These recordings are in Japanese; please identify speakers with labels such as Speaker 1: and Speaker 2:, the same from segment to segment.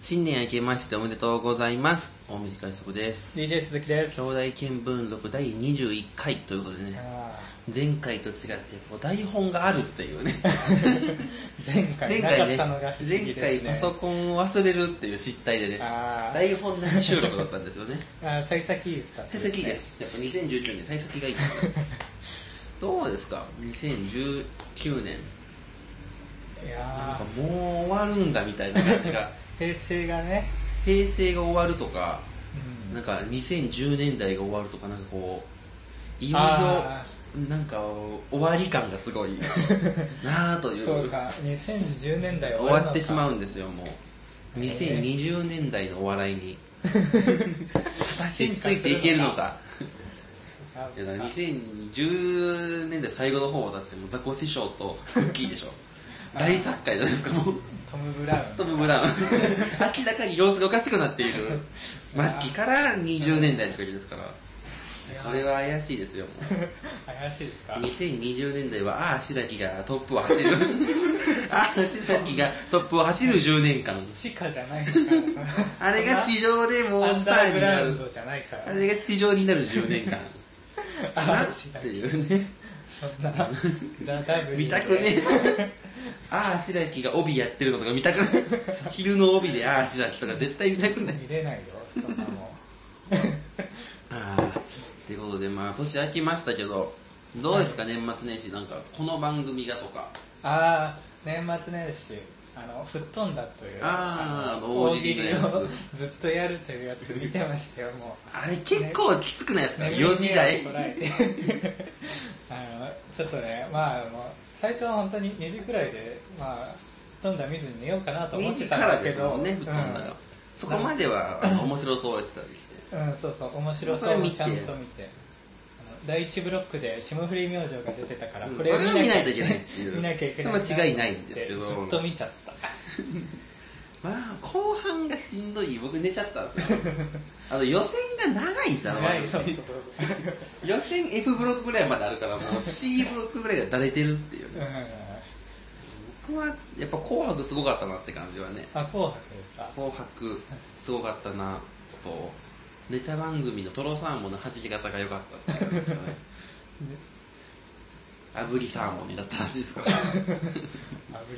Speaker 1: 新年明けましておめでとうございます。大水快速です。
Speaker 2: DJ 鈴木です。
Speaker 1: 兄弟見聞録第21回ということでね、
Speaker 2: あ
Speaker 1: 前回と違ってもう台本があるっていうね。
Speaker 2: ー前
Speaker 1: 前回
Speaker 2: 回なかっ
Speaker 1: ね、
Speaker 2: たのが不思議
Speaker 1: 前
Speaker 2: です
Speaker 1: 回
Speaker 2: ね。
Speaker 1: パソコンを忘れるっていう失態でね、
Speaker 2: あー
Speaker 1: 台本なし収録だったんです よね。
Speaker 2: あー、幸先いいですか
Speaker 1: 最先いいで。す。やっぱ2019年最先 がいいですね。どうですか ?2019 年。
Speaker 2: いや
Speaker 1: なんか
Speaker 2: ー
Speaker 1: もう終わるんだみたいな感 じが。
Speaker 2: 平成がね、
Speaker 1: 平成が終わるとか、
Speaker 2: うん
Speaker 1: なんか2010年代が終わるとか、なんかこう、いよ
Speaker 2: あ
Speaker 1: いよ、なんか終わり感がすごいなあという
Speaker 2: そうか、2010年代
Speaker 1: 終 わってしま
Speaker 2: う。
Speaker 1: うんですよ、もう。
Speaker 2: へえ
Speaker 1: 2020年代のお笑いに、果たしてついていけるのか。
Speaker 2: あ
Speaker 1: いやだから2010年代最後の方はだってもうザコシショウとクッキーでしょ。大作家じゃないですか、もう。
Speaker 2: トム・ブラウン。
Speaker 1: トム・ブラウン。明らかに様子がおかしくなっている。末期から20年代の時ですから。
Speaker 2: いや
Speaker 1: これは怪しいですよ。も
Speaker 2: 怪しいですか
Speaker 1: う2020年代は、ああ、白木がトップを走る。 ああ、白木がトップを走る10年間。
Speaker 2: 地下じゃないですから、そ
Speaker 1: あれが地上でもう
Speaker 2: アン
Speaker 1: ス
Speaker 2: ダ
Speaker 1: タ
Speaker 2: ー
Speaker 1: ー
Speaker 2: グ
Speaker 1: にな
Speaker 2: ラウン
Speaker 1: る。
Speaker 2: ドじゃないから。
Speaker 1: あれが地上になる10年 間。
Speaker 2: あ
Speaker 1: かなっていう ね。
Speaker 2: そんな、 ザ・ダブリ
Speaker 1: 見
Speaker 2: ン
Speaker 1: た
Speaker 2: で
Speaker 1: くねえ。 ああ、白木が帯やってるのとか見たくない。 昼の帯でああ、白木とか絶対見たくない。
Speaker 2: 見れないよ、そんなもん。
Speaker 1: ああ、ってことで、まあ、年明けましたけど、どうですか、年末年始、なんか、この番組がとか、
Speaker 2: ああ年末年始あの吹っ飛んだという
Speaker 1: あー
Speaker 2: の
Speaker 1: あの大
Speaker 2: 大
Speaker 1: 喜
Speaker 2: 喜
Speaker 1: 利
Speaker 2: 利
Speaker 1: の
Speaker 2: を
Speaker 1: やつ
Speaker 2: ずっとやるというやつ見てましたよも う
Speaker 1: あれ結構きつくないですか、
Speaker 2: 4
Speaker 1: 4時 台。
Speaker 2: あのちょっとねまああの最初は本当に2時くらいでまあ吹っ飛んだ見ずに寝ようかなと思
Speaker 1: 2
Speaker 2: って
Speaker 1: 時
Speaker 2: た
Speaker 1: か
Speaker 2: ん
Speaker 1: ら
Speaker 2: だけ
Speaker 1: です
Speaker 2: ど
Speaker 1: もんね、布団だが。そこまでは、あの、面白そうやってたりして。
Speaker 2: うん、うんそうそう面白
Speaker 1: そ
Speaker 2: そ
Speaker 1: れ
Speaker 2: う
Speaker 1: 見
Speaker 2: に
Speaker 1: て
Speaker 2: ちゃんと見てあの第1ブロックで霜降り明星が出てたから
Speaker 1: うん
Speaker 2: これを
Speaker 1: それを見ないといけないっていう
Speaker 2: 見なきゃいけない
Speaker 1: それは違いないんですけど
Speaker 2: ずっと見ちゃった
Speaker 1: まあ、後半がしんどい、僕寝ちゃったんですよ。 あの、予選が長いんですよ、あの
Speaker 2: 長いそうそう
Speaker 1: 予選 F ブロックぐらいまであるから、もう C ブロックぐらいがだれてるっていうね。
Speaker 2: うん
Speaker 1: 僕は、やっぱ紅白すごかったなって感じはね。
Speaker 2: あ、紅白ですか。
Speaker 1: 紅白すごかったなとネタ番組のトロサーモンの弾き方が良かったっていう感じですか ね炙りサーモンになったらしいですから
Speaker 2: 炙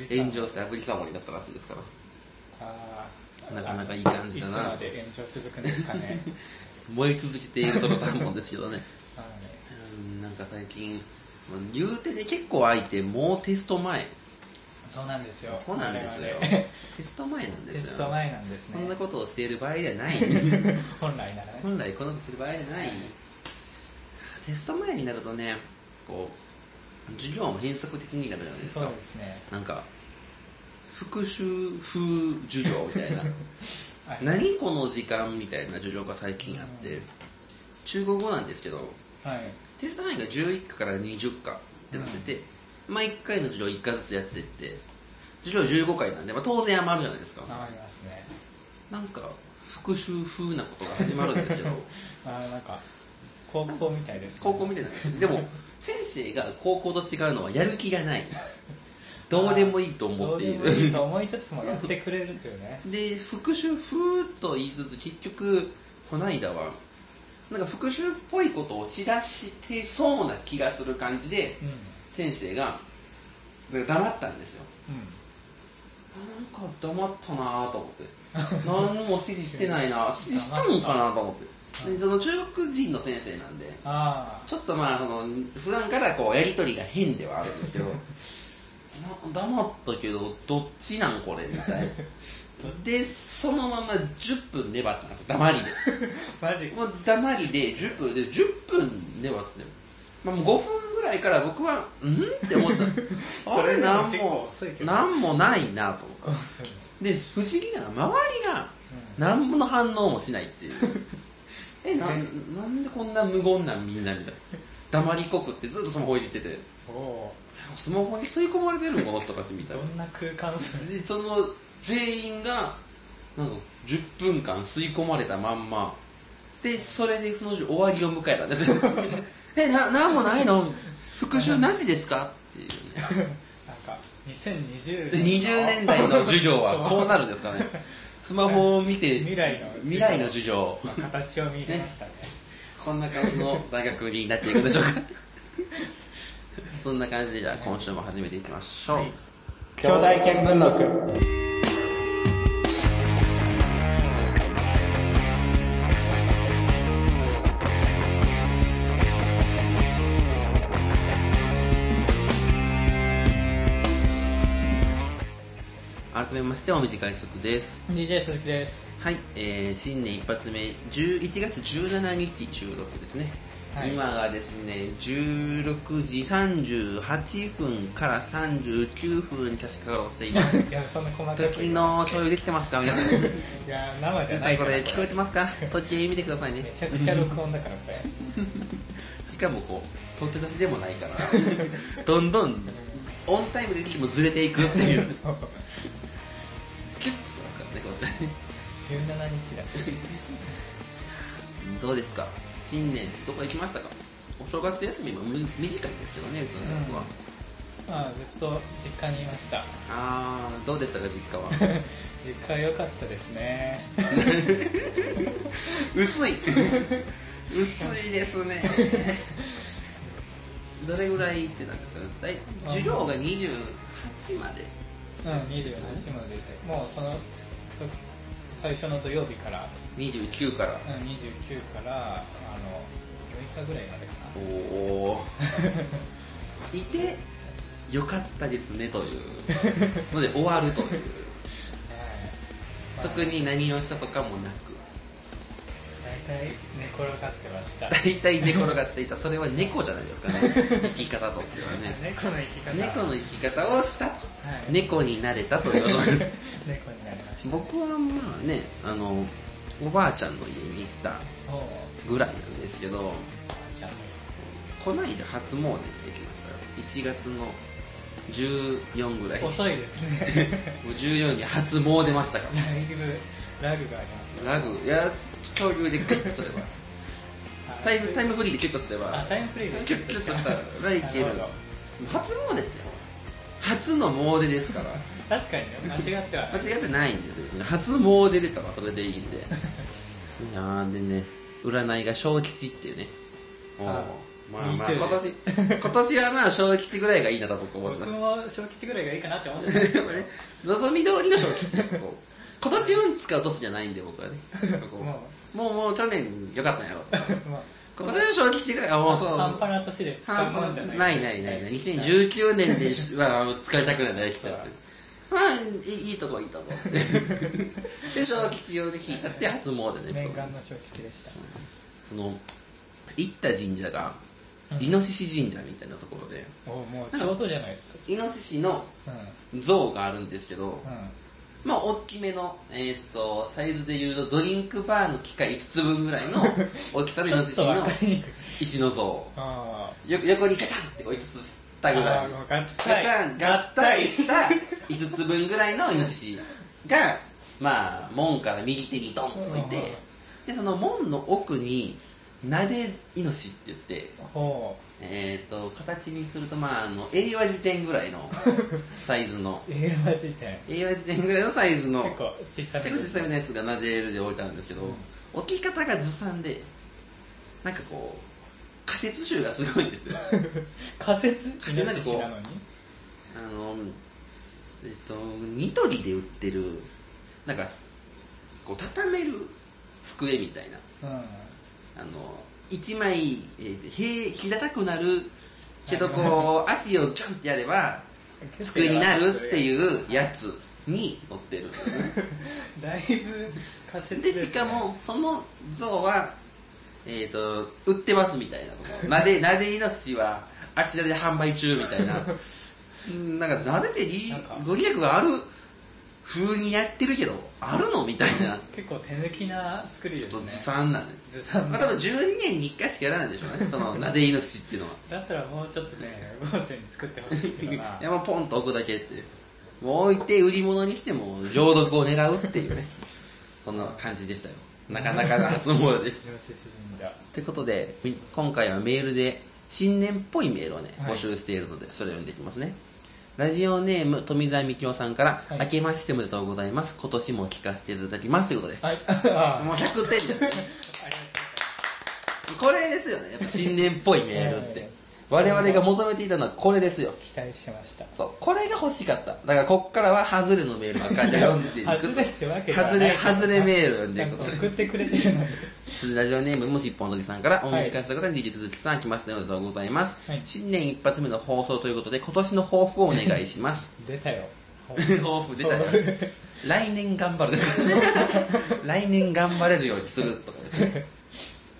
Speaker 2: りサーモン
Speaker 1: 炎上して炙りサーモンになったらしいですから
Speaker 2: あー
Speaker 1: なかなかいい感じだない
Speaker 2: つまで炎上続くんですかね。
Speaker 1: 燃え続けているトロサーモンですけどね
Speaker 2: まあね
Speaker 1: うんなんか最近まあ言うてね結構空いてもうテスト前
Speaker 2: そうなんですよ。
Speaker 1: ここなんですよ
Speaker 2: 我々ね
Speaker 1: テスト前なんで
Speaker 2: テ
Speaker 1: す
Speaker 2: ス
Speaker 1: よ
Speaker 2: ト前なんです
Speaker 1: そ
Speaker 2: ね。
Speaker 1: んなことをしている場合では ない
Speaker 2: 本来ならね。
Speaker 1: 本来この子する場合はないテスト前になるとねこう授業も変則的になるじゃないです
Speaker 2: そう
Speaker 1: か
Speaker 2: ですね。
Speaker 1: なんか復習風授業みたいな
Speaker 2: はい
Speaker 1: 何この時間みたいな授業が最近あって、
Speaker 2: うん
Speaker 1: 中国語なんですけど
Speaker 2: はい。
Speaker 1: テスト範囲が11課から20課ってなってて、毎回の授業1課ずつやってって授業15回なんで、まあ、当然余るじゃないですか
Speaker 2: ありますね。
Speaker 1: なんか復習風なことが始まるんですけ ど
Speaker 2: あーなんか、高校みたいですね。
Speaker 1: 高校みたいなんですでも先生が高校と違うのはやる気がない どうでもいいと思
Speaker 2: ど
Speaker 1: っ
Speaker 2: う
Speaker 1: て
Speaker 2: で
Speaker 1: いる
Speaker 2: もいいと思いつつもやってくれるというね。
Speaker 1: で復習ふーっと言いつつ結局こないだはなんか復習っぽいことを知らしてそうな気がする感じで
Speaker 2: うん。
Speaker 1: 先生がなんか黙ったんですよ
Speaker 2: うん。
Speaker 1: あなんか黙ったなぁと思って。何も指示してないなぁ。指示したのかなと思って。で、その中国人の先生なんで、
Speaker 2: あ
Speaker 1: ちょっとまあ、その、普段からこう、やりとりが変ではあるんですけど、な黙ったけど、 どっちなんこれみたい な。で、そのまま10分粘ったんですよ、黙り
Speaker 2: あ。マ
Speaker 1: で。
Speaker 2: ジ
Speaker 1: もう黙りで10分、で、10分粘って、まあもう5分ぐらいから僕は、んって思 った。あれ、
Speaker 2: それで
Speaker 1: な
Speaker 2: も
Speaker 1: ん
Speaker 2: 結構
Speaker 1: も
Speaker 2: 遅いけ、ど
Speaker 1: なんもないなと思って。で、不思議なのは、周りが、何の反応もしないっていうえななんでこんな無言なんみんなみたいな黙りこくってずっとスマホいじってて
Speaker 2: うん。お
Speaker 1: スマホに吸い込まれてるのこの人たちみ
Speaker 2: ー
Speaker 1: たい
Speaker 2: ど
Speaker 1: なん
Speaker 2: な空間する
Speaker 1: でその全員がなんか10分間吸い込まれたまんまでそれでその時終わりを迎えたんですよえな何もないの復讐なしですかっていうね
Speaker 2: なんか、 2020
Speaker 1: 20年代の授業はこうなるんですかねスマホを見て
Speaker 2: 未来の
Speaker 1: 未来の授業
Speaker 2: まあ形を見入れましたね
Speaker 1: こんな感じの大学になっていくんで しょうかそんな感じでじゃあ今週も始めていきましょう、
Speaker 2: はい
Speaker 1: 兄弟見聞録改めましてお短い速です
Speaker 2: DJ 鈴木です
Speaker 1: はい、えー、新年一発目11月17日収録ですね、
Speaker 2: はい
Speaker 1: 今がですね16時38分から39分に差し掛かろうとしていま す
Speaker 2: いやそんな細かく
Speaker 1: 時の共有できてますか皆さん
Speaker 2: いや生じゃ
Speaker 1: 皆
Speaker 2: な
Speaker 1: さん
Speaker 2: い
Speaker 1: こ
Speaker 2: から
Speaker 1: れ
Speaker 2: こ
Speaker 1: 聞こえてますか時計見てくださいね
Speaker 2: れめちゃくちゃ録音だからこれ
Speaker 1: しかもこう取って出しでもないから どんどんオンタイムで聞いてもずれていくっていう
Speaker 2: そう
Speaker 1: キュッとしますからねこれ
Speaker 2: 17日だし
Speaker 1: どうですか新年どこ行きましたかお正月休みもむ短いんですけどね、その僕は。
Speaker 2: うんまあずっと実家にいました
Speaker 1: あー、どうでしたか、実家は。
Speaker 2: 実家は良かったですね
Speaker 1: 薄い薄いですね。どれぐらいってなんですかだい授業が28まで。
Speaker 2: うん28までいてもうそのと最初の土曜日から、
Speaker 1: 29から。
Speaker 2: うん、29からあの6日ぐらいまでかな
Speaker 1: おー。 いて、よかったですね、と いう。ので、終わるという。
Speaker 2: はい
Speaker 1: 特に何をしたとかもなく。
Speaker 2: 大体寝転がってま した
Speaker 1: 大体寝転がっていた、それは猫じゃないですかね。 生き方としてはね。
Speaker 2: 猫の生き方
Speaker 1: 猫
Speaker 2: は
Speaker 1: の生き方をしたと。
Speaker 2: い、
Speaker 1: 猫になれたということなん です。
Speaker 2: 猫になりました
Speaker 1: 僕はまあね、あの、おばあちゃんの家に行った
Speaker 2: おう
Speaker 1: ぐらいなんですけど、
Speaker 2: じゃ
Speaker 1: こないだ初詣に行きましたよ。1月の14ぐらい。
Speaker 2: あ
Speaker 1: も
Speaker 2: 遅いですね
Speaker 1: う14に初詣出ましたか
Speaker 2: だいぶラグがあります
Speaker 1: ら。ラグ、いや、恐竜でキュッとすれば。タイム、 タイ
Speaker 2: ム
Speaker 1: ムフリーでキュッとすれば。
Speaker 2: あタイムフリーで
Speaker 1: キュッキュッとしたらいける
Speaker 2: なほど
Speaker 1: 初詣って、初の詣ですから。
Speaker 2: 確かにね間違っては ない
Speaker 1: 間違ってないんですよね初詣出たらそれでいい んでいやーでね占いが小吉っていうねおー
Speaker 2: あ
Speaker 1: まあまあ
Speaker 2: 似てる
Speaker 1: 今年今年はまあ小吉ぐらいがいいなと僕思ってま
Speaker 2: 僕
Speaker 1: す
Speaker 2: も小吉ぐらいがいいかなって思ってたんですけ
Speaker 1: 望み通りの小吉こう今年運使う年じゃないんで僕 はねこ
Speaker 2: ど
Speaker 1: う
Speaker 2: もう
Speaker 1: もうもう去年良か ったんやろとか
Speaker 2: もう
Speaker 1: 今年の小吉ぐらいあもうそう
Speaker 2: 半端な年で使うもんじゃない
Speaker 1: ないないないない2019年でしはあの使いたくない大吉だっ てまあいいいいとこいいとこで小吉用で引いたって初詣ね
Speaker 2: 念願の小吉でし
Speaker 1: その行った神社が
Speaker 2: た、
Speaker 1: イノシシ神社みたいなところで
Speaker 2: おうもうちょうどじゃないですか
Speaker 1: イノシシの
Speaker 2: うん
Speaker 1: 像があるんですけど
Speaker 2: うん
Speaker 1: まあ大きめのえーっとサイズでいうとドリンクバーの機械5つ分ぐらい の大きさのイ
Speaker 2: ちょ
Speaker 1: ノ
Speaker 2: っ
Speaker 1: シシ
Speaker 2: と
Speaker 1: の
Speaker 2: わかりにくい
Speaker 1: 石の像
Speaker 2: あ
Speaker 1: よ横にガチャンってこう5つした
Speaker 2: あ
Speaker 1: ぐらい
Speaker 2: ああもう合
Speaker 1: ガチャン
Speaker 2: 体
Speaker 1: 合体した5つ分ぐらいのイノシシが、まあ、門から右手にドンといて、で、その門の奥に、なでイノシシって言って、
Speaker 2: ほ
Speaker 1: えっ、と、形にすると、まあ、あの、英和辞典ぐらい のサイズの、
Speaker 2: う映画辞典
Speaker 1: 英和辞典ぐらいのサイズの、
Speaker 2: 結構小さめ
Speaker 1: 結構小さめのやつがなでるで置いてあるんですけど、置き方がずさんで、なんかこう、仮説集がすごいんですよ。
Speaker 2: 仮説イノシシなのに
Speaker 1: あの、えっと、ニトリで売ってる、なんか、こう、畳める机みたいな、
Speaker 2: うん
Speaker 1: あの、一枚、えー平、平たくなるけど、こう、足をジャンってやれば、机になるって
Speaker 2: う
Speaker 1: いうやつに乗ってるんですね。
Speaker 2: だいぶ仮説
Speaker 1: で、しかも、その像は、えっ、と、売ってますみたいなとこ ろ。なで、なでイノシシは、あちらで販売中みたいな。うんなんか、なでてり
Speaker 2: なんか
Speaker 1: ご利益がある風にやってるけど、あるのみたいな。
Speaker 2: 結構手抜きな作りで
Speaker 1: ず
Speaker 2: すね
Speaker 1: さんなのよ。
Speaker 2: ずさん
Speaker 1: まあ、多分12年に1回しかやらないでしょう ね。その、なでイノシシっていうのは。
Speaker 2: だったらもうちょっとね豪勢に作ってほしいけどな
Speaker 1: 山ポンと置くだけっていう。もう置いて売り物にしても、浄読を狙うっていうね。 そんな感じでしたよ。なかなかな初詣です。
Speaker 2: イノシシ神社
Speaker 1: ということで、み今回はメールで、新年っぽいメールをね、
Speaker 2: はい
Speaker 1: 募集しているので、それを読んでいきますね。ラジオネーム富澤美京さんから、
Speaker 2: はい
Speaker 1: 明けましておめでとうございます今年も聞かせていただきますということで
Speaker 2: はい。あ
Speaker 1: もう100点 です
Speaker 2: あり
Speaker 1: これですよねやっぱ新年っぽいメールっ
Speaker 2: いや
Speaker 1: て
Speaker 2: い
Speaker 1: 我々が求めていたのはこれですよ
Speaker 2: 期待してました。
Speaker 1: そうこれが欲しかっただからこっからはハズレのメールばっかりで読んで いく
Speaker 2: 外れってわけ
Speaker 1: ハズレハズレメール読ん
Speaker 2: ち
Speaker 1: でい
Speaker 2: ゃん
Speaker 1: く
Speaker 2: と送ってくれてるのに。
Speaker 1: それでラジオネームもし一本の時さんから、
Speaker 2: い
Speaker 1: 大西和作さん、DJ 鈴木さん、来ましたねおめでとうございます、
Speaker 2: はい
Speaker 1: 新年一発目の放送ということで、今年の抱負をお願いします。
Speaker 2: 出たよ。
Speaker 1: 抱負 出たよ。 来年頑張るです。 来年頑張れるようにするとかですね。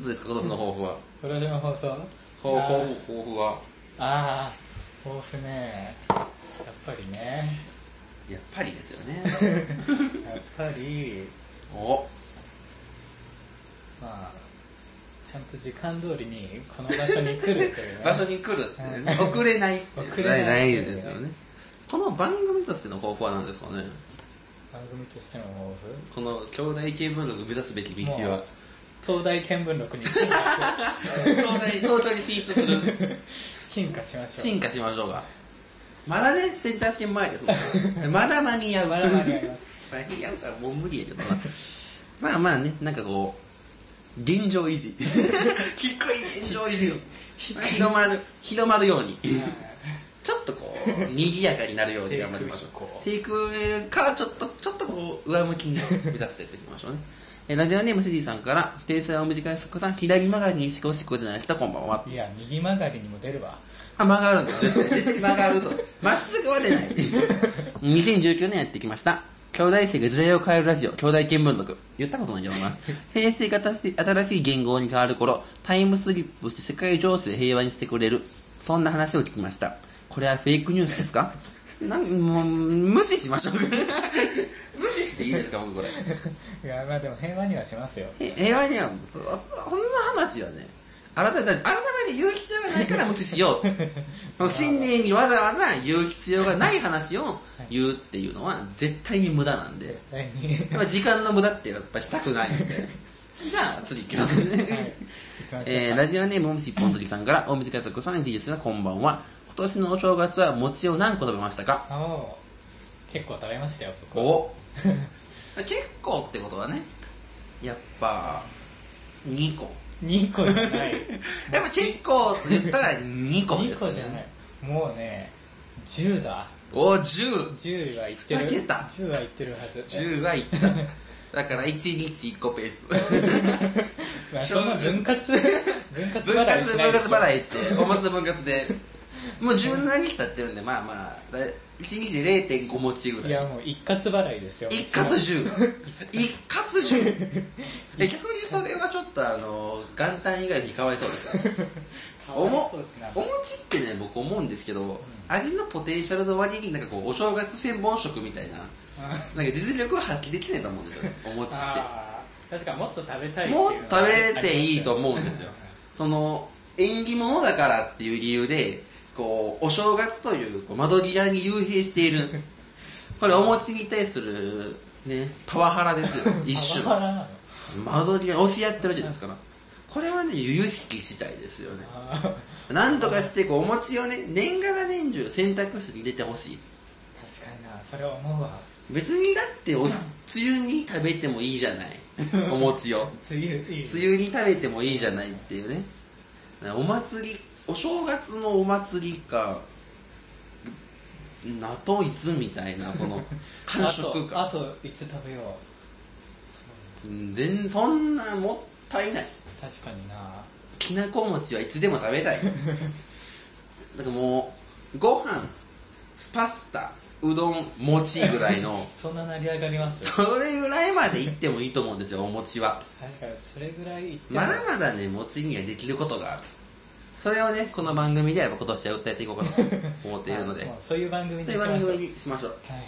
Speaker 1: どうですか、今年の抱負は。
Speaker 2: 今年の放送
Speaker 1: 抱負、
Speaker 2: あー
Speaker 1: 抱負、抱負は。
Speaker 2: あー、抱負ね。やっぱりね。
Speaker 1: やっぱりですよね。
Speaker 2: やっぱり、
Speaker 1: お、
Speaker 2: まあ、ちゃんと時間通りにこの場所に来るっていうね。
Speaker 1: 場所に来るっていうね、 遅れないっていう。
Speaker 2: 遅れない
Speaker 1: ないですよね。この番組としての抱負は何ですかね
Speaker 2: 番組としての抱負
Speaker 1: この兄弟系文学目指すべき道は。
Speaker 2: 東大見聞録に進化
Speaker 1: 東大、東大に進出 する。
Speaker 2: 進化しましょう。
Speaker 1: 進化しましょうか。まだね、センター試験前ですも んね。まだ間に合う。。
Speaker 2: まだ間に合います
Speaker 1: 間に合うからもう無理やけどな。まあまあね、なんかこう、現状維持。 低い現状維持を。広まる、広まるように。ちょっとこう、賑やかになるように頑張りましょう。テイクからちょっと、ちょっとこう、上向きに目指していっていきましょうね。えラジオネームセディさんから、訂正を短いすこさん、左曲がりに少し聞こえてない人、こんばんは。
Speaker 2: いや、右曲がりにも出るわ。
Speaker 1: あ、曲がるんだ。曲がると。まっすぐは出ない。2019年やってきました。兄弟生が時代を変えるラジオ、兄弟見聞録。言ったことないよな。平成が新しい新しい言語に変わる頃、タイムスリップして世界情勢を平和にしてくれる。そんな話を聞きました。これはフェイクニュースですかなん、もう、無視しましょう。 無視していいですか、僕これ。
Speaker 2: いや、まあでも平和にはしますよ。
Speaker 1: え平和にはそそんな話はね改めて改めて言う必要がないから無視し ようこの新年にわざわざ言う必要がない話を言うっていうのは絶対に無駄なんで
Speaker 2: 第 二
Speaker 1: やっぱ時間の無駄ってやっぱしたくないん でじゃあ次行きますね、
Speaker 2: はい。行きまし
Speaker 1: え
Speaker 2: ょ
Speaker 1: ー
Speaker 2: うか。
Speaker 1: ラジオネームもみしっぽんときさんから大水家族さん DJ さんこんばんは今年のお正月は餅を何個食べましたか
Speaker 2: あおう結構食べましたよ、僕。
Speaker 1: お 結構ってことはねやっぱ2個
Speaker 2: 2個じゃない。
Speaker 1: やっぱ結構って言ったら2個で
Speaker 2: 2
Speaker 1: す、ね、
Speaker 2: 個じゃない。もうね、10だ。
Speaker 1: お1010
Speaker 2: 10はいってる。
Speaker 1: 二桁
Speaker 2: 10はいってるはず。
Speaker 1: はいっただから1日1個ペース
Speaker 2: まあそんな 分割、 分割
Speaker 1: 分
Speaker 2: 払い
Speaker 1: 割
Speaker 2: しない
Speaker 1: 分割
Speaker 2: でしょ
Speaker 1: 払いしてお祭り分割でもう17日経ってるんでまあまあ1日で0.5持ちぐらい
Speaker 2: いや、もう一括払いですよ。
Speaker 1: 一括10一括10え逆にそれはちょっとあの元旦以外にかわいそうですよね
Speaker 2: か
Speaker 1: お
Speaker 2: わい
Speaker 1: も
Speaker 2: そうってな
Speaker 1: お餅ってね僕思うんですけど、味のポテンシャルの割になんかこうお正月専門職みたいな
Speaker 2: うん
Speaker 1: なんか実力は発揮できないと思うんですよ ね、お餅っ
Speaker 2: あー確かにもっと食べたい
Speaker 1: て。
Speaker 2: っていうの
Speaker 1: も
Speaker 2: は
Speaker 1: っと食べれていいと思うんですよ。その、縁起物だからっていう理由で、こう、お正月というこう窓際に幽閉してい る。これお餅に対する、ね、パワハラです よ、一種
Speaker 2: パワハ
Speaker 1: の。
Speaker 2: ラなの
Speaker 1: 窓際に押し合ってるわけですから。これはね、由々しき事態ですよね。
Speaker 2: あー
Speaker 1: なんとかして、こう、お餅をね、年がら年中選択肢に入れてほしい。
Speaker 2: 確かになそれは思うわ
Speaker 1: 別にだってお、梅雨に食べてもいいじゃ ない。お餅を。
Speaker 2: 梅雨いいね
Speaker 1: 梅雨に食べてもいいじゃないっていうねお祭りお正月のお祭りかナとイツみたいな この感触
Speaker 2: あ
Speaker 1: か
Speaker 2: とあといつ食べようそう
Speaker 1: 全然そんなもったいない
Speaker 2: 確かにな
Speaker 1: きなこ餅はいつでも食べたいだからもうご飯パスタうどん餅ぐらいの
Speaker 2: そんな成り上がります
Speaker 1: それぐらいまでいってもいいと思うんですよお餅は
Speaker 2: 確かにそれぐらいいっても
Speaker 1: まだまだね、もちにはできることがある。それをね、この番組ではやっぱ今年は訴えてい こうかなと思っているので
Speaker 2: あ、そうそういう番組に
Speaker 1: そう
Speaker 2: し
Speaker 1: いう
Speaker 2: まし
Speaker 1: 番
Speaker 2: ょう
Speaker 1: 組にしましょう。
Speaker 2: はい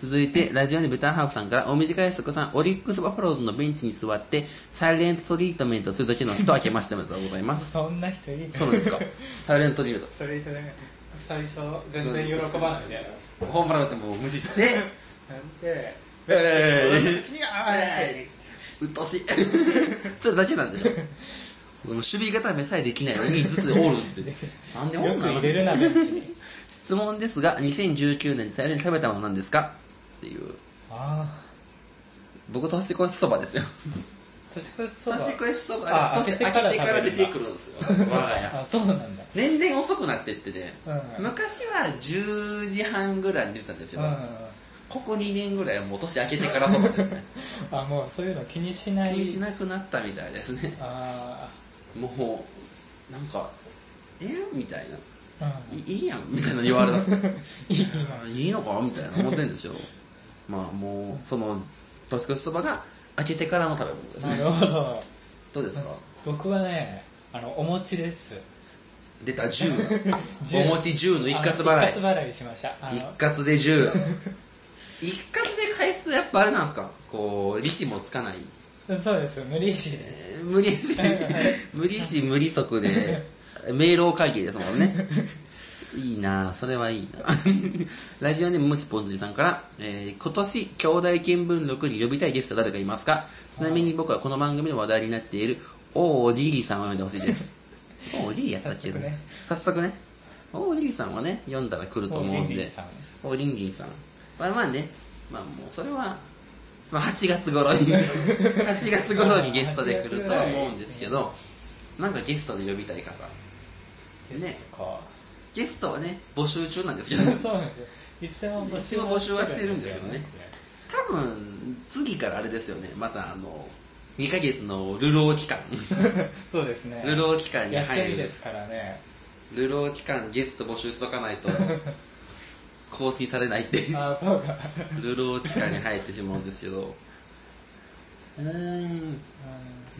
Speaker 1: 続いて、ラジオにベタンハーフさんから、お短い速さん、オリックスバファローズのベンチに座って、サイレントトリートメントするだけの人は明けましておめでとうございます。
Speaker 2: そんな人いい
Speaker 1: そうなんです か。サイレントトリート。
Speaker 2: それいただけない最初全然喜ばないみたいな
Speaker 1: ホームラン打っても無視して、
Speaker 2: なんで
Speaker 1: えー
Speaker 2: いやー
Speaker 1: うっとうしい。それだけなん でしょ。でも守備固めさえできないのに、ずつおるって。なんでおん
Speaker 2: よ
Speaker 1: なの
Speaker 2: く入れるな、ベンチに。
Speaker 1: 質問ですが、2019年に最初に食べたものなんですかっていう。
Speaker 2: あ
Speaker 1: 僕、年越しそばですよ。
Speaker 2: ー年越しそば
Speaker 1: 年越しそば
Speaker 2: あ
Speaker 1: が年明
Speaker 2: 明けてから
Speaker 1: けてから出てくるんですよ。我が家。
Speaker 2: あそうなんだ
Speaker 1: 年々遅くなってってて、
Speaker 2: うんうん
Speaker 1: 昔は10時半ぐらいに出てたんですよ。ここ2年ぐらいはもう年明けてからそば ですね。
Speaker 2: あもうそういうの気にしない
Speaker 1: 気にしなくなったみたいですね。
Speaker 2: あ
Speaker 1: もう、なんか、えみたいな。
Speaker 2: あうん
Speaker 1: いいいやんみたいな言われ たんですよ。
Speaker 2: いい
Speaker 1: あいいのかみたいな思ってんですよ。 まあもう、その、年越しそばが明けてからの食べ物ですね。
Speaker 2: ななるほど
Speaker 1: どうですか
Speaker 2: 僕はねあのお餅です
Speaker 1: 出た10。
Speaker 2: 10
Speaker 1: お餅10の一括
Speaker 2: あ
Speaker 1: 払
Speaker 2: の一
Speaker 1: い。
Speaker 2: 括払いしましたあ
Speaker 1: 一
Speaker 2: の
Speaker 1: 括で10。一括で回数やっぱあれなんですかこう、利子もつかない。
Speaker 2: そうです無利子です
Speaker 1: えー無理し、無理し無利息で、明朗会計ですもんね。いいなぁ、それはいいなラジオネーム、むしぽんずりさんから、えー今年、兄弟見聞録に呼びたいゲストは誰かいますかちなみに僕はこの番組の話題になっている、おおじいりさんを読んでほしい です。おおじいやったっけど
Speaker 2: 早速
Speaker 1: ね
Speaker 2: ね。
Speaker 1: 早速ね。おおじいさんはね、読んだら来ると思うん
Speaker 2: もうリンリ
Speaker 1: で
Speaker 2: ン。さん
Speaker 1: おりんりんさん。まあまあね、まあもうそれは、まあ8月頃に、8月頃にゲストで来るとは思うんですけど、なんかゲストで呼びたい方。
Speaker 2: ですか、
Speaker 1: ゲストはね、募集中なんですけ
Speaker 2: そうなんですよいつでも募集
Speaker 1: いつでも募集はしてるんですけどね
Speaker 2: よ
Speaker 1: ど、多分、次からあれですよね、またあの、2ヶ月の流浪期間。
Speaker 2: そうですね
Speaker 1: 流浪期間に
Speaker 2: 休み
Speaker 1: 入
Speaker 2: で
Speaker 1: る。
Speaker 2: すからね
Speaker 1: 流浪期間ゲスト募集しとかないと、更新されないっていう。
Speaker 2: ああそうか
Speaker 1: 流浪期間に入ってしまうんですけど。うーん。ね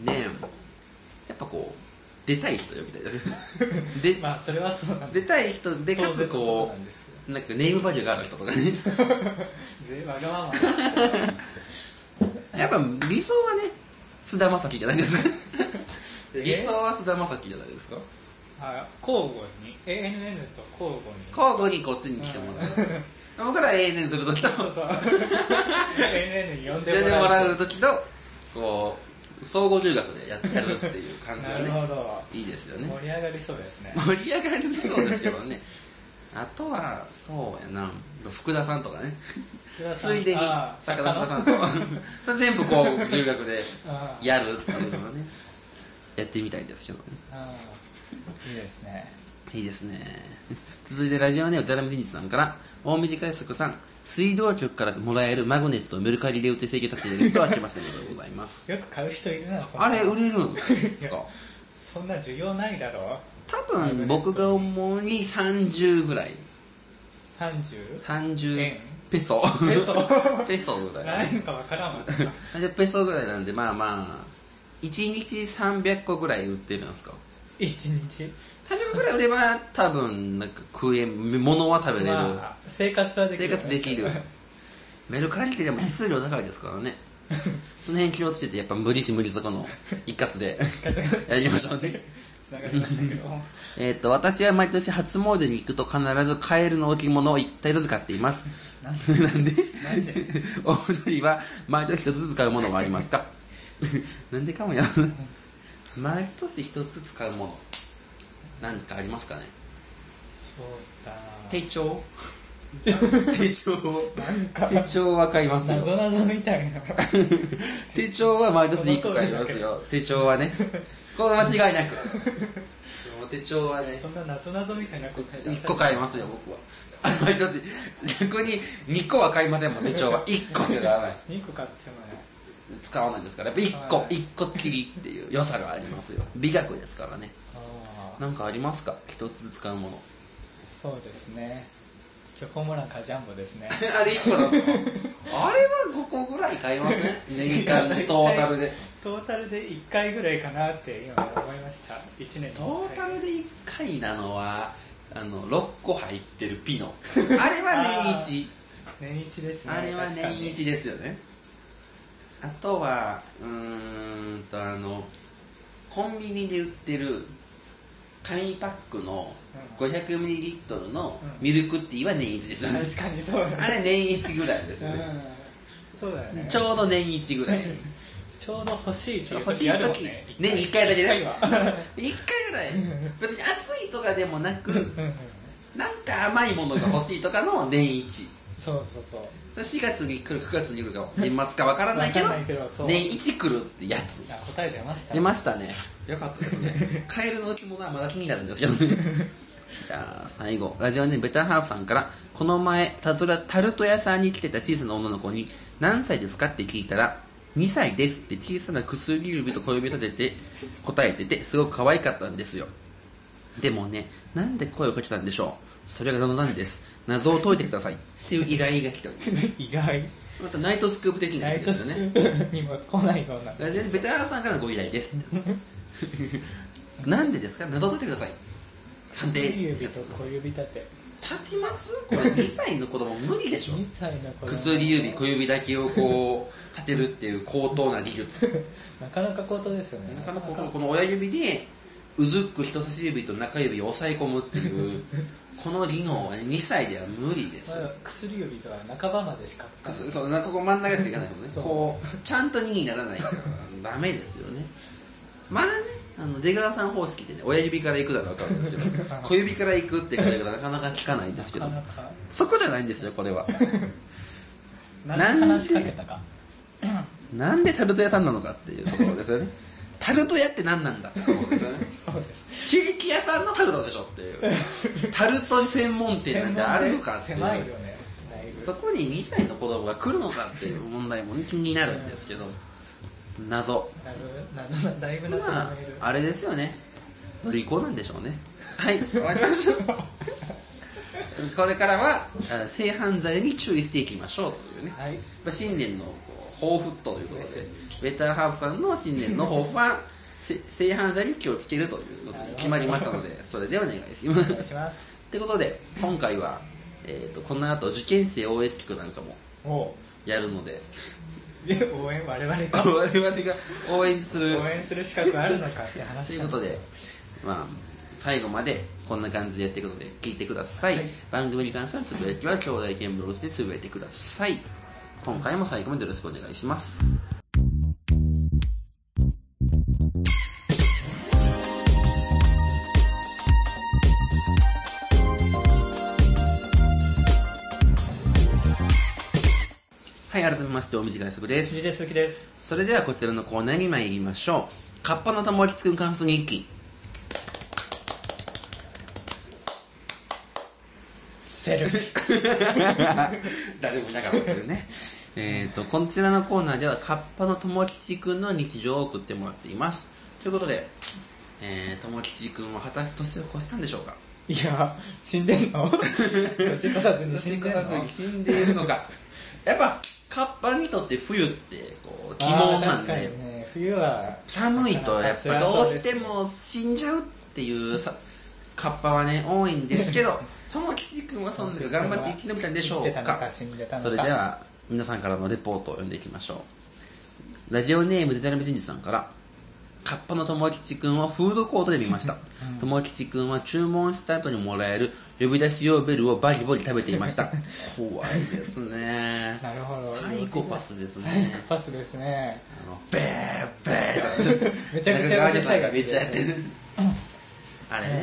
Speaker 1: えやっぱこう出たい人呼びたい ですよね
Speaker 2: うん
Speaker 1: で
Speaker 2: まあそれはそうなんで
Speaker 1: 出
Speaker 2: す
Speaker 1: たい人でかつこ
Speaker 2: うなんですけど
Speaker 1: うなんかネームバリューがある人 とかね
Speaker 2: ぜわがまま
Speaker 1: やっぱ理想はね菅田将暉じゃないですか
Speaker 2: え
Speaker 1: 理想は菅田将暉じゃないですか
Speaker 2: あ交互に ANN と交互に
Speaker 1: 交互にこっちに来てもらう 僕ら ANN するときと
Speaker 2: そうそう ANN に呼んで
Speaker 1: 出て
Speaker 2: も
Speaker 1: も
Speaker 2: ら
Speaker 1: ら
Speaker 2: う
Speaker 1: うときとこう総合留学でやってやるっていう感じ
Speaker 2: なる
Speaker 1: がね
Speaker 2: ほど
Speaker 1: いいですよね
Speaker 2: 盛り上がりそうですね
Speaker 1: 盛り上がりそうですけどねあとはそうやな福田さんとかねついでに
Speaker 2: あー
Speaker 1: 坂田さんとそれ全部こう留学で
Speaker 2: あー
Speaker 1: やるっていうのをねやってみたいんですけどね
Speaker 2: あーいいですね
Speaker 1: いいですね続いてラジオネオダラムディさんから大水快速さん水道局からもらえるマグネットをメルカリで売って請求立ててる人は来ませんのでございます
Speaker 2: よく買う人いるなそんな
Speaker 1: あれ売れるんですか
Speaker 2: そんな需要ないだろ
Speaker 1: 多分僕が思うに30ぐらい
Speaker 2: 30
Speaker 1: 30
Speaker 2: 円
Speaker 1: ペソ
Speaker 2: ペソ
Speaker 1: ペソぐらい
Speaker 2: 何かわから んわそんな
Speaker 1: 30ペソぐらいなんでまあまあ1日300個ぐらい売ってるんですか
Speaker 2: 一日
Speaker 1: 300個ぐらい売れば多分なんか食え物は食べれる、
Speaker 2: まあ生活はでき
Speaker 1: 生
Speaker 2: る
Speaker 1: 活できるメルカリってでも手数料高いですからねその辺気をつけてやっぱ無理し無理そこの一括 で
Speaker 2: 生活が
Speaker 1: やりましょうね
Speaker 2: つながりました けども
Speaker 1: えっと私は毎年初詣に行くと必ずカエルの置物を1体ずつ買っています
Speaker 2: な ん
Speaker 1: なんで
Speaker 2: なんで
Speaker 1: お二人は毎年一つずつ買うものはありますか なんでかもや毎年一つずつ買うもの何かありますかね
Speaker 2: そうだ
Speaker 1: 手帳 手帳
Speaker 2: ななんか
Speaker 1: 手帳は買いますよ
Speaker 2: 謎謎みたいな
Speaker 1: 手帳は毎年一個買いますよ手帳はねこれ間違いなく もう手帳はね
Speaker 2: そんな謎謎みたいなこと書いてある
Speaker 1: 1個買いますよ僕は毎年逆に2個は買いませんもん 手帳は1個しか買わない
Speaker 2: 2個買ってもね
Speaker 1: 使わないですからやっぱ1個
Speaker 2: はい
Speaker 1: 1個っきりっていう良さがありますよ美学ですからね
Speaker 2: ああ
Speaker 1: なんかありますか一つずつ買う もの
Speaker 2: そうですねチョコモナカジャンボで すね
Speaker 1: あれ1個だぞあれは5個ぐらい買いません年間でトータルで
Speaker 2: トータルで1回ぐらいかなって今思いました1年
Speaker 1: トータル
Speaker 2: で
Speaker 1: で1回なのはあの6個入ってるピノあれは年一
Speaker 2: 年一ですね
Speaker 1: あれは
Speaker 2: 確かに
Speaker 1: 年一ですよねあとはうーんとあのコンビニで売ってる紙パックの 500ml のミルクティーは年一ですよね、
Speaker 2: 確かにそうだね
Speaker 1: あれ年一ぐらいですよね
Speaker 2: うんそうだよね
Speaker 1: ちょうど年一ぐらい
Speaker 2: ちょうど欲しいっていう
Speaker 1: 欲しい
Speaker 2: あるもん
Speaker 1: 時
Speaker 2: ね
Speaker 1: 年に1回だけ
Speaker 2: 一
Speaker 1: ね
Speaker 2: 回は
Speaker 1: 1回ぐらい別に暑いとかでもなく
Speaker 2: うんうん
Speaker 1: なんか甘いものが欲しいとかの年一
Speaker 2: そうそうそう
Speaker 1: それ4月に来る9月に来るか年末かわからないけど
Speaker 2: わかんないけどそう
Speaker 1: 年一来るってやつ
Speaker 2: あ答え出ました
Speaker 1: 出ましたねよかったですねカエルのうちもなまだ気になるんです よねじゃあ最後ラジオネームベターハーフさんからこの前タトラタルト屋さんに来てた小さな女の子に「何歳ですか?」って聞いたら「2歳です」って小さな薬指と小指立てて答えててすごく可愛かったんですよでもねなんで声をかけたんでしょうそれが謎なんです謎を解いてくださいっていう依頼が来たんです
Speaker 2: 意外
Speaker 1: またナイトスクープ的な
Speaker 2: ラ
Speaker 1: や
Speaker 2: イ
Speaker 1: つ
Speaker 2: ト
Speaker 1: です
Speaker 2: ス
Speaker 1: よ
Speaker 2: ク
Speaker 1: ね
Speaker 2: ープにも来ないような
Speaker 1: ラジオネームベターさんからのご依頼です。なんでですか謎解いてください。判
Speaker 2: 薬
Speaker 1: 定。
Speaker 2: 指と小指立て
Speaker 1: 立ちますこれ2歳の子供無理でしょ
Speaker 2: 2歳の子供
Speaker 1: 薬指小指だけをこう、立てるっていう高等な技術。
Speaker 2: なかなか高等ですよね
Speaker 1: なかなかこのこの親指で、うずっく人差し指と中指を押さえ込むっていう、この技能はね2歳では無理です。
Speaker 2: まあ薬指とは半ばまでしかとか
Speaker 1: そうなんかこう真ん中しかいかないもんね
Speaker 2: そう
Speaker 1: こうちゃんと2にならないからダメですよねまあねあの出川さん方式でね親指から行くだろうかるんですけ ど小指から行くって言われ方なかなか聞かないんですけど
Speaker 2: なかなか
Speaker 1: そこじゃないんですよこれは
Speaker 2: 何話しかけたか
Speaker 1: なんでタルト屋さんなのかっていうところですよねタルト屋って何なんだってところですよね
Speaker 2: そうです
Speaker 1: ケーキ屋さんのタルトでしょっていうタルト専門店なんてあるのかっていう
Speaker 2: 狭いよねだいぶ
Speaker 1: そこに2歳の子供が来るのかっていう問題もね気になるんですけど謎
Speaker 2: だいぶ謎なだいぶ
Speaker 1: ま
Speaker 2: 謎な
Speaker 1: あ
Speaker 2: メール、
Speaker 1: あれですよね。乗り子なんでしょうね。はい、終わりましょう。これからは、あ性犯罪に注意していきましょうというね。
Speaker 2: はい
Speaker 1: まあ新年のこう抱負ということで、ベターハーフさんの新年の抱負は、 せ性犯罪に気をつけるということに決まりましたの で、それでお願いしま
Speaker 2: お願い
Speaker 1: す。
Speaker 2: します
Speaker 1: ということで、今回は、えー、とこの後受験生応援企画なんかも
Speaker 2: おう
Speaker 1: やるので、
Speaker 2: 応援我
Speaker 1: 我
Speaker 2: 々が
Speaker 1: 々が応援する
Speaker 2: 応援する資格あるのかって話
Speaker 1: ということで、まあ、最後までこんな感じでやっていくので聞いてください、
Speaker 2: はい
Speaker 1: 番組に関するつぶやきは兄弟見ブログでつぶやいてください今回も最後までよろしくお願いしますはい、改めまして、お短いすぶです。
Speaker 2: DJ 鈴木です
Speaker 1: それではこちらのコーナーに参りましょう。カッパの友達くん関数日記。
Speaker 2: セル
Speaker 1: 誰もいなかったけどね。えっと、こちらのコーナーではカッパの友吉くんの日常を送ってもらっています。ということで、えー、友吉くんは果たして年を越したんでしょうか
Speaker 2: いや死んでんの年越さずに死んでんの
Speaker 1: 死んでいるのか。やっぱ、カッパにとって冬って、こう、鬼門なん
Speaker 2: あー確か
Speaker 1: で、
Speaker 2: にね冬は
Speaker 1: 寒いとやっぱどうしても死んじゃうっていうさカッパはね多いんです けど友吉君はそんなに頑張って生き延びたんでしょう
Speaker 2: 生きてたの
Speaker 1: か
Speaker 2: か死んでたのか
Speaker 1: それでは皆さんからのレポートを読んでいきましょうラジオネームでたらめじんじさんからカッパの友吉くんをフードコートで見ました。友吉くんは注文した後にもらえる呼び出し用ベルをバリバリ食べていま した。怖いですね。
Speaker 2: なるほど
Speaker 1: サイコパスです
Speaker 2: サイ
Speaker 1: ね
Speaker 2: コ。パスですね
Speaker 1: あのベーベーって
Speaker 2: めちゃくちゃうるさいから
Speaker 1: めっちゃやってるあれね、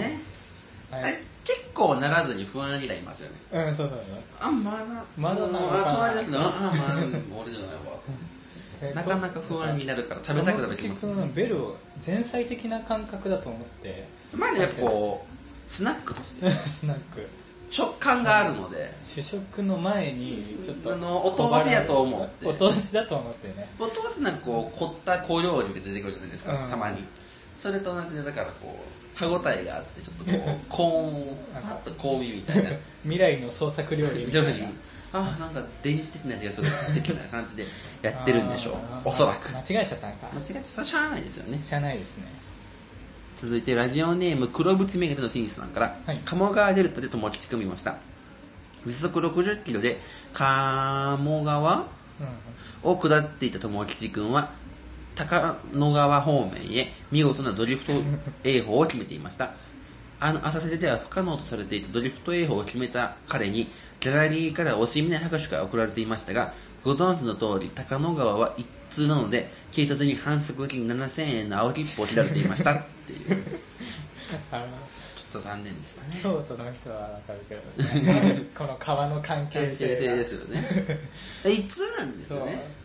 Speaker 2: はい
Speaker 1: あれ結構ならずに不安になりますよね
Speaker 2: うんそうそう
Speaker 1: あまだ
Speaker 2: まだなのか
Speaker 1: あ隣だったあまだ俺じゃないわ
Speaker 2: そう
Speaker 1: なかなか不安になるから食べたくなってきます
Speaker 2: 友吉君のベルを前菜的な感覚だと思って
Speaker 1: まあでもやっぱこうスナックとして
Speaker 2: スナック
Speaker 1: 食感があるので
Speaker 2: 主食の前にちょっと
Speaker 1: あのお通しやと思って
Speaker 2: お通しだと思ってね
Speaker 1: お通しなんかこう凝った小料理が出てくるじゃないですか、
Speaker 2: うん
Speaker 1: たまにそれと同じでだからこう歯応えがあってちょっとこ うコーンあと香味みたいな
Speaker 2: 未来の創作料理みたい な
Speaker 1: ああなんか電子的な味がする的な感じでやってるんでしょう
Speaker 2: あー
Speaker 1: おそらく間違
Speaker 2: 間違えちゃったのか
Speaker 1: えてさしゃあないですよね
Speaker 2: 知らないですね
Speaker 1: 続いてラジオネーム黒縁メガネの紳士さんから、
Speaker 2: はい
Speaker 1: 鴨川デルタで友達組みました時速60キロで鴨川
Speaker 2: うん
Speaker 1: を下っていた友吉君は高野川方面へ見事なドリフト泳法を決めていましたあの浅瀬では不可能とされていたドリフト泳法を決めた彼にギャラリーから惜しみない拍手が送られていましたがご存知の通り高野川は一通なので警察に反則金7000円の青切符を切られていましたっていう
Speaker 2: あの
Speaker 1: ょっと残念でしたね
Speaker 2: 京都の人はわかるけど、ね、 この川の関係
Speaker 1: 関係性
Speaker 2: 性が
Speaker 1: ですよね一通なんです
Speaker 2: そう
Speaker 1: よね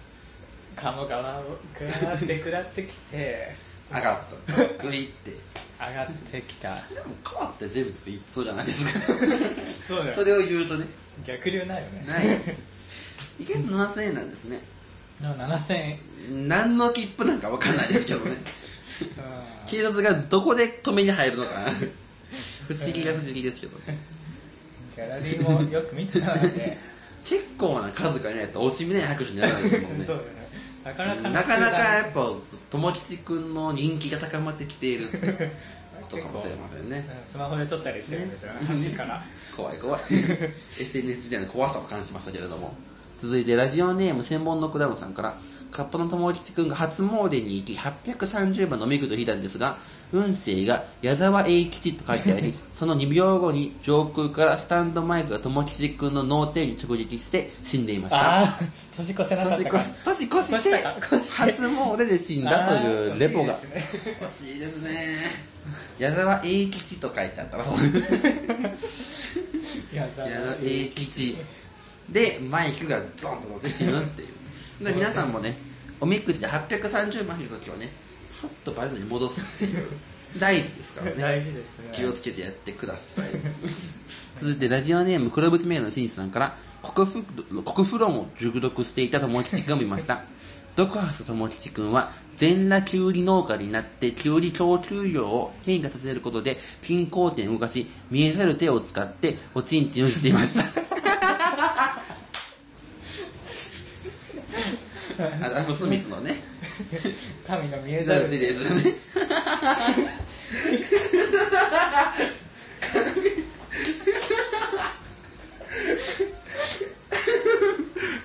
Speaker 2: 鴨川をぐわーって下ってきて
Speaker 1: 上がったグイって
Speaker 2: 上がってきた
Speaker 1: でも川って全部一通じゃないです
Speaker 2: そう
Speaker 1: か
Speaker 2: だ
Speaker 1: そ
Speaker 2: よ
Speaker 1: れを言うとね
Speaker 2: 逆流ないよね
Speaker 1: ない意外と7000円なんですね
Speaker 2: でも7000円
Speaker 1: 何の切符なんか分かんないですけど ね警察がどこで止めに入るのか不思議が不思議ですけどね
Speaker 2: ギャラリーもよく見てたので
Speaker 1: 結構な数がいないと惜しみない拍手にならないですもんね
Speaker 2: そうだよねなかなかの
Speaker 1: なかなかやっ
Speaker 2: 集
Speaker 1: ぱ友吉くんの人気が高まってきていることかもしれませんね
Speaker 2: 団うんスマホで撮ったりしてるんですよね端から
Speaker 1: 怖い怖い SNS 時代の怖さを感じましたけれども続いてラジオネーム千本ノックダウンさんからカッパの友吉くんが初詣に行き830番のめぐと引いたんですが運勢が矢沢永吉と書いてあ りその2秒後に上空からスタンドマイクが友吉くんの脳天に直撃して死んでいました
Speaker 2: ああー年越せなかっ
Speaker 1: 年越
Speaker 2: たか
Speaker 1: し年越して
Speaker 2: 越したか
Speaker 1: 初詣で死んだというレポが
Speaker 2: あー惜しいですね
Speaker 1: 欲しいですね矢沢永吉と書いてあったら
Speaker 2: 矢沢
Speaker 1: 矢沢永吉でマイクがゾンと乗って死ぬっていう で皆さんもねおみくじで830万引く時はねそっとバレずに戻すっていう大事ですからね
Speaker 2: 大事ですね
Speaker 1: 気をつけてやってください 続いてラジオネーム黒縁メールの紳士さんから国風国風論を熟読していた友吉君を見ました 読破した友吉君は全裸きゅうり農家になってきゅうり供給量を変化させることで均衡点を動かし見えざる手を使っておちんちんをしていました アダム・スミスのね
Speaker 2: 神の見えざ
Speaker 1: だっ
Speaker 2: る
Speaker 1: てですね。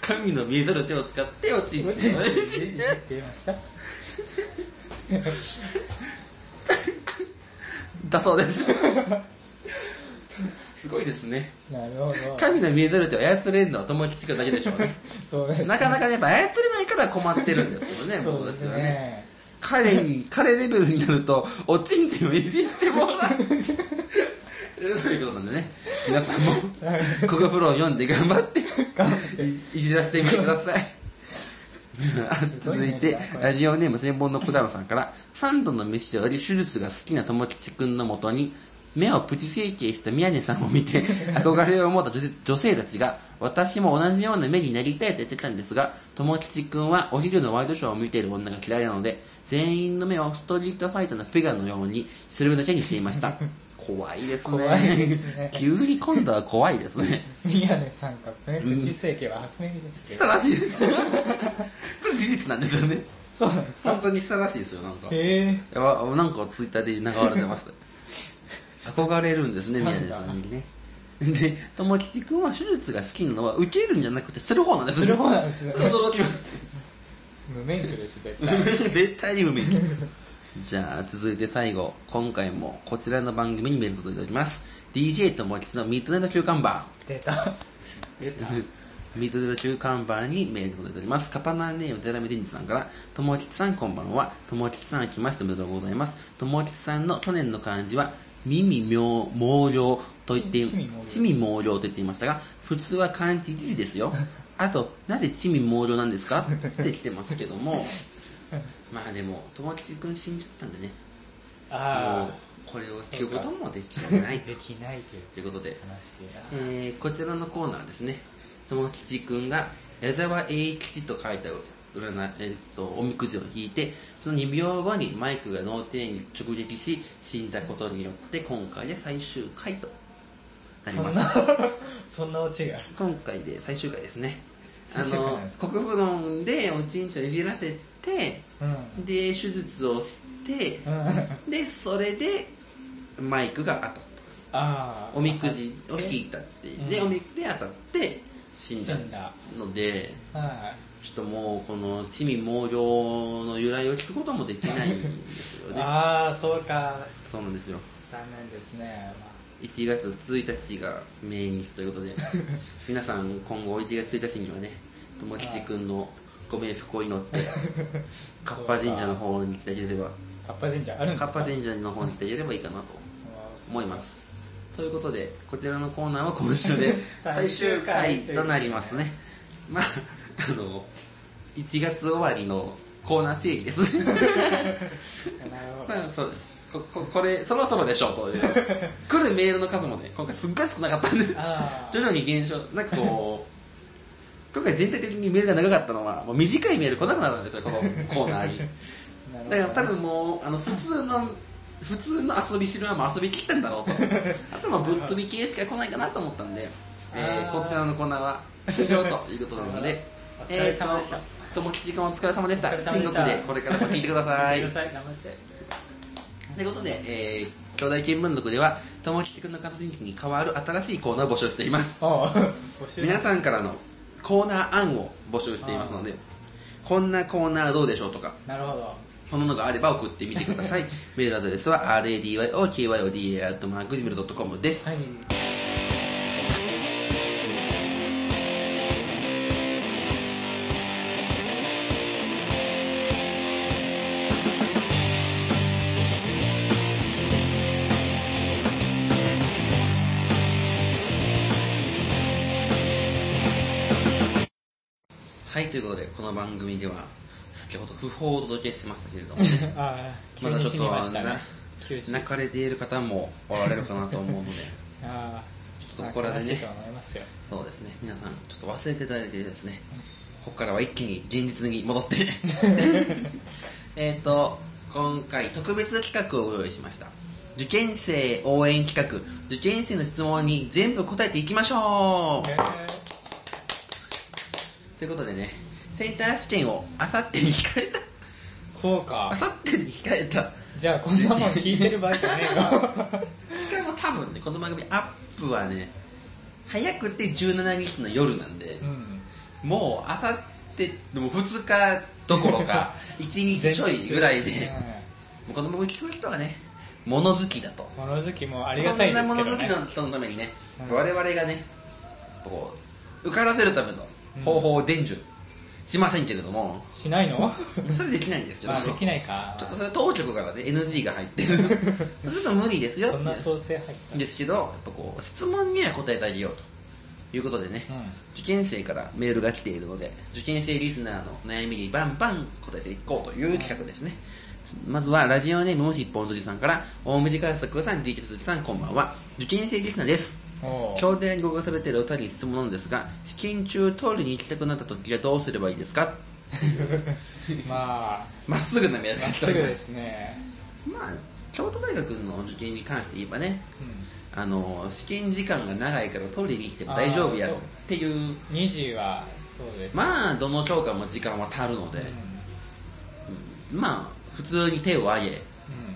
Speaker 1: 神の見えざる手を使っておちんちんをね
Speaker 2: 言ってました
Speaker 1: だそうです。すごいですね。
Speaker 2: なるほど
Speaker 1: 神の見えざる手を操れるのは友吉君だけでしょうね。
Speaker 2: そうです
Speaker 1: なかなかね、やっぱ操れないから困ってるんですけどね、
Speaker 2: そ
Speaker 1: 僕
Speaker 2: う
Speaker 1: たち
Speaker 2: です
Speaker 1: はね。
Speaker 2: ね
Speaker 1: 彼 に、彼レベルになると、おちんちんをいじってもらう。そういうことなんでね、皆さんも、ここフロー読んで頑張って、
Speaker 2: 頑張って
Speaker 1: いじらせてみてください。あ
Speaker 2: ごい
Speaker 1: 続
Speaker 2: ね
Speaker 1: いて
Speaker 2: これ、
Speaker 1: ラジオネーム千本の小玉さんから、三度の飯であり手術が好きな友吉くんのもとに、目をプチ整形した宮根さんを見 て、憧れを持った女性女性たちが、私も同じような目になりたいと言ってたんですが、友吉くんはお昼のワイドショーを見ている女が嫌いなので、全員の目をストリートファイターのペガのように、するだけにしていま した。怖いですね。
Speaker 2: 怖いですね
Speaker 1: 急に今度は怖いです ね。
Speaker 2: 宮根さんがねプチ整形は初耳でし
Speaker 1: したたらしいです。これ事実なんですよね。
Speaker 2: そうなんです
Speaker 1: 本当にしたらしいですよ、なんか。
Speaker 2: ええ
Speaker 1: やばなんかツイッターで流れてま した。憧れるんですね、宮根さんにね。で、友吉君は手術が好きなのは、受けるんじゃなくてする方なんです
Speaker 2: する方なんですね
Speaker 1: 驚き ます。
Speaker 2: 無免許でしょ絶対
Speaker 1: 絶対に無免許。じゃあ、続いて最後、今回もこちらの番組にメール届いております。DJ 友吉のミッドナイト休館バー。
Speaker 2: 出た出た
Speaker 1: ミッドデータ中間版にメール届いております。カパナーネーム、テラミデンジさんから、ともきちさんこんばんは。ともきちさん明けましておめでとうございます。ともきちさんの去年の漢字は、耳妙、毛量と言って、
Speaker 2: 地味毛量
Speaker 1: 地味毛量と言っていましたが、普通は漢字一字です よ。あと、なぜ地味毛量なんですかって来てますけども、まあでも、ともきちくん死んじゃったんでね、もう
Speaker 2: あ、
Speaker 1: これを聞くこともできない
Speaker 2: あ
Speaker 1: と
Speaker 2: できないとい
Speaker 1: い
Speaker 2: う
Speaker 1: うことで、
Speaker 2: 話で
Speaker 1: えーこちらのコーナーですね友吉くんが矢沢永吉と書いた占い、えーっとおみくじを引いてその2秒後にマイクが脳天に直撃し死んだことによって今回で最終回となり
Speaker 2: そん
Speaker 1: ま
Speaker 2: な
Speaker 1: した
Speaker 2: そんなオチが
Speaker 1: 今回で最終回ですねあ
Speaker 2: 最終回なんです
Speaker 1: の国府論でおちんちんをいじらせて
Speaker 2: うん
Speaker 1: で手術をして
Speaker 2: うん
Speaker 1: でそれでマイクが当たった
Speaker 2: ああ
Speaker 1: おみくじを引いたっていうで
Speaker 2: うん
Speaker 1: おみくで当たって死ん
Speaker 2: 死
Speaker 1: だ
Speaker 2: んだ
Speaker 1: ので
Speaker 2: は
Speaker 1: ちょっともうこの地味猛量の由来を聞くこともできないんです
Speaker 2: い
Speaker 1: よね
Speaker 2: ああそうか
Speaker 1: そうなんですよ
Speaker 2: 残念ですね、ま
Speaker 1: 1月1日が命日という ことで皆さん今後1月1日にはね友吉君のご冥福を祈 ってカッパ神社の方に行ってあげれば
Speaker 2: あ、カッパ神社あるんで
Speaker 1: カ
Speaker 2: すか
Speaker 1: ッパ神社の方に行ってあげればいいかなと
Speaker 2: あー
Speaker 1: 思いますということでこちらのコーナーは今週で 最
Speaker 2: 最
Speaker 1: 終
Speaker 2: 終
Speaker 1: 回
Speaker 2: 回
Speaker 1: となりますねまああの1月終わりのコーナー整理です
Speaker 2: なるほど。
Speaker 1: まあそうですこここれそろそろでしょうという 来るメールの数もね今回すっごい少なかったんで
Speaker 2: あ
Speaker 1: 徐々に減少なんかこう今回全体的にメールが長かったのはもう短いメール来なくなったんですよこのコーナーに
Speaker 2: あ、なるほど。
Speaker 1: だから多分もうあの普通の普通の遊びするはもう遊びきったんだろう とあとまあぶっ飛び系しか来ないかなと思ったんで、えー
Speaker 2: あー
Speaker 1: こちらのコーナーは 終了ということなの
Speaker 2: な
Speaker 1: で
Speaker 2: る お疲れ様でした
Speaker 1: えーともきちくんお疲れ様でした
Speaker 2: お疲れ
Speaker 1: 天国
Speaker 2: 様でした
Speaker 1: でこれからも聞いてくださ い
Speaker 2: ください、頑張って。
Speaker 1: ということで、えー、兄弟見聞録ではともきちくんの活動に代わる新しいコーナーを募集しています
Speaker 2: おう、募集。
Speaker 1: 皆さんからのコーナー案を募集していますのでこんなコーナーどうでしょうとか
Speaker 2: なるほど。
Speaker 1: そののがあれば送ってみてください。メールアドレスは radyokyodA.gmail.com です。
Speaker 2: はい。
Speaker 1: はい、ということで、この番組では、先ほど不法をお届けしてましたけれども、
Speaker 2: ああ、
Speaker 1: ま
Speaker 2: 急
Speaker 1: だち
Speaker 2: に
Speaker 1: ょっ
Speaker 2: 死に
Speaker 1: と
Speaker 2: ましたね
Speaker 1: な。
Speaker 2: 急死。あ
Speaker 1: 泣かれている方もおられるかなと思 うので、
Speaker 2: あ、
Speaker 1: ちょっとここらで
Speaker 2: まあ悲しい
Speaker 1: ね
Speaker 2: と、思いますよ。
Speaker 1: そうですね、皆さん、ちょっと忘れていただいてですね、ここからは一気に現実に戻 って、えっと、今回特別企画をご用意しました。受験生応援企画、受験生の質問に全部答えていきましょう
Speaker 2: えー
Speaker 1: ということでね、センター試験をあさってに控えた、
Speaker 2: そうか
Speaker 1: あ。さってに控えた、
Speaker 2: じゃあ、こんなもん聞いてる場合じゃねえか。
Speaker 1: しかも多分ね、この番組アップはね、早くて17日の夜なんで、
Speaker 2: うん。
Speaker 1: もうあさって、でも2日どころ か、1日ちょいぐらいで、もうこの番組聞く人はね、物好きだと。
Speaker 2: うん。物好きもありがたいです
Speaker 1: そ
Speaker 2: け
Speaker 1: んな
Speaker 2: どね。
Speaker 1: 物好きの人のためにね、
Speaker 2: うん
Speaker 1: 我々がね、こう、受からせるための方法を伝授しませんけれども、
Speaker 2: しないの
Speaker 1: それできないんですけど、
Speaker 2: まあ、できないか。
Speaker 1: ちょっとそれは当局からね NG が入って るちょっと無理ですよ
Speaker 2: そんな
Speaker 1: って
Speaker 2: 統制入っ
Speaker 1: ですけどやっぱこう質問には答えてあげようということでね、
Speaker 2: た。うん。
Speaker 1: 受験生からメールが来ているので受験生リスナーの悩みにバンバン答えていこうという企画ですね、まずはラジオネームもし一本筋さんから大無事川作さん DK 鈴木さんこんばんは受験生リスナーです
Speaker 2: おう
Speaker 1: 教弟に合格されているお二人に質問なんですが試験中通りに行きたくなった時はどうすればいいですか
Speaker 2: まあ、
Speaker 1: まっすぐなメールが来て
Speaker 2: まっす
Speaker 1: お
Speaker 2: ぐ
Speaker 1: り
Speaker 2: で
Speaker 1: ます
Speaker 2: すね。
Speaker 1: まあ、京都大学の受験に関して言えばね、
Speaker 2: う
Speaker 1: あの、試験時間が長いから取りに行っても大丈夫やろ
Speaker 2: あーそ
Speaker 1: っ
Speaker 2: う
Speaker 1: ていう、
Speaker 2: ん。2時は、そうです。
Speaker 1: まあ、どの教科も時間は足るので
Speaker 2: うん、
Speaker 1: まあ、普通に手を挙げ、
Speaker 2: うん。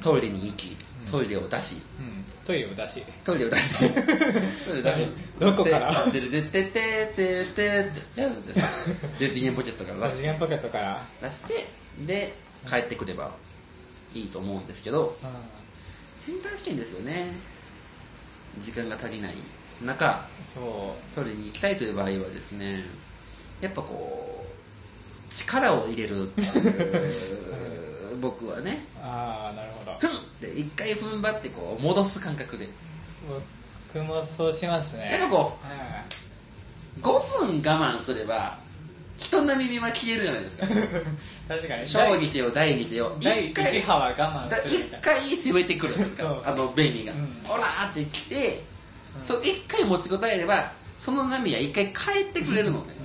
Speaker 1: トイレに行き、
Speaker 2: うん
Speaker 1: トイレを出し、
Speaker 2: うん。トイレを出し。
Speaker 1: トイレを出し、トイレを出し、
Speaker 2: どこから
Speaker 1: でででででででってやるんですよ。で、次元ポケットから出
Speaker 2: 次
Speaker 1: し
Speaker 2: 元ポケットから。
Speaker 1: 出して、で、帰ってくればいいと思うんですけど、
Speaker 2: うん。
Speaker 1: センター試験ですよね。時間が足りない中、
Speaker 2: そ
Speaker 1: 取りに行きたいという場合はですねやっぱこう力を入れるって いう僕はね
Speaker 2: う。ああ、なるほど
Speaker 1: ふ。んって一回踏ん張ってこう戻す感覚で
Speaker 2: 僕もそうしますね。
Speaker 1: やっぱこ
Speaker 2: う
Speaker 1: う5分我慢すれば人並みは消えるじゃないですか
Speaker 2: ん確かに。
Speaker 1: 小にせよ大にせよ
Speaker 2: 第
Speaker 1: 一回
Speaker 2: 1波は我慢
Speaker 1: だ
Speaker 2: するみ
Speaker 1: 一
Speaker 2: たいな。
Speaker 1: 回攻めてくるんですか
Speaker 2: そ
Speaker 1: あ
Speaker 2: う
Speaker 1: の便利が、
Speaker 2: うん
Speaker 1: オラーって来て、
Speaker 2: うん
Speaker 1: その一回持ちこたえればその波は一回帰ってくれるので、
Speaker 2: う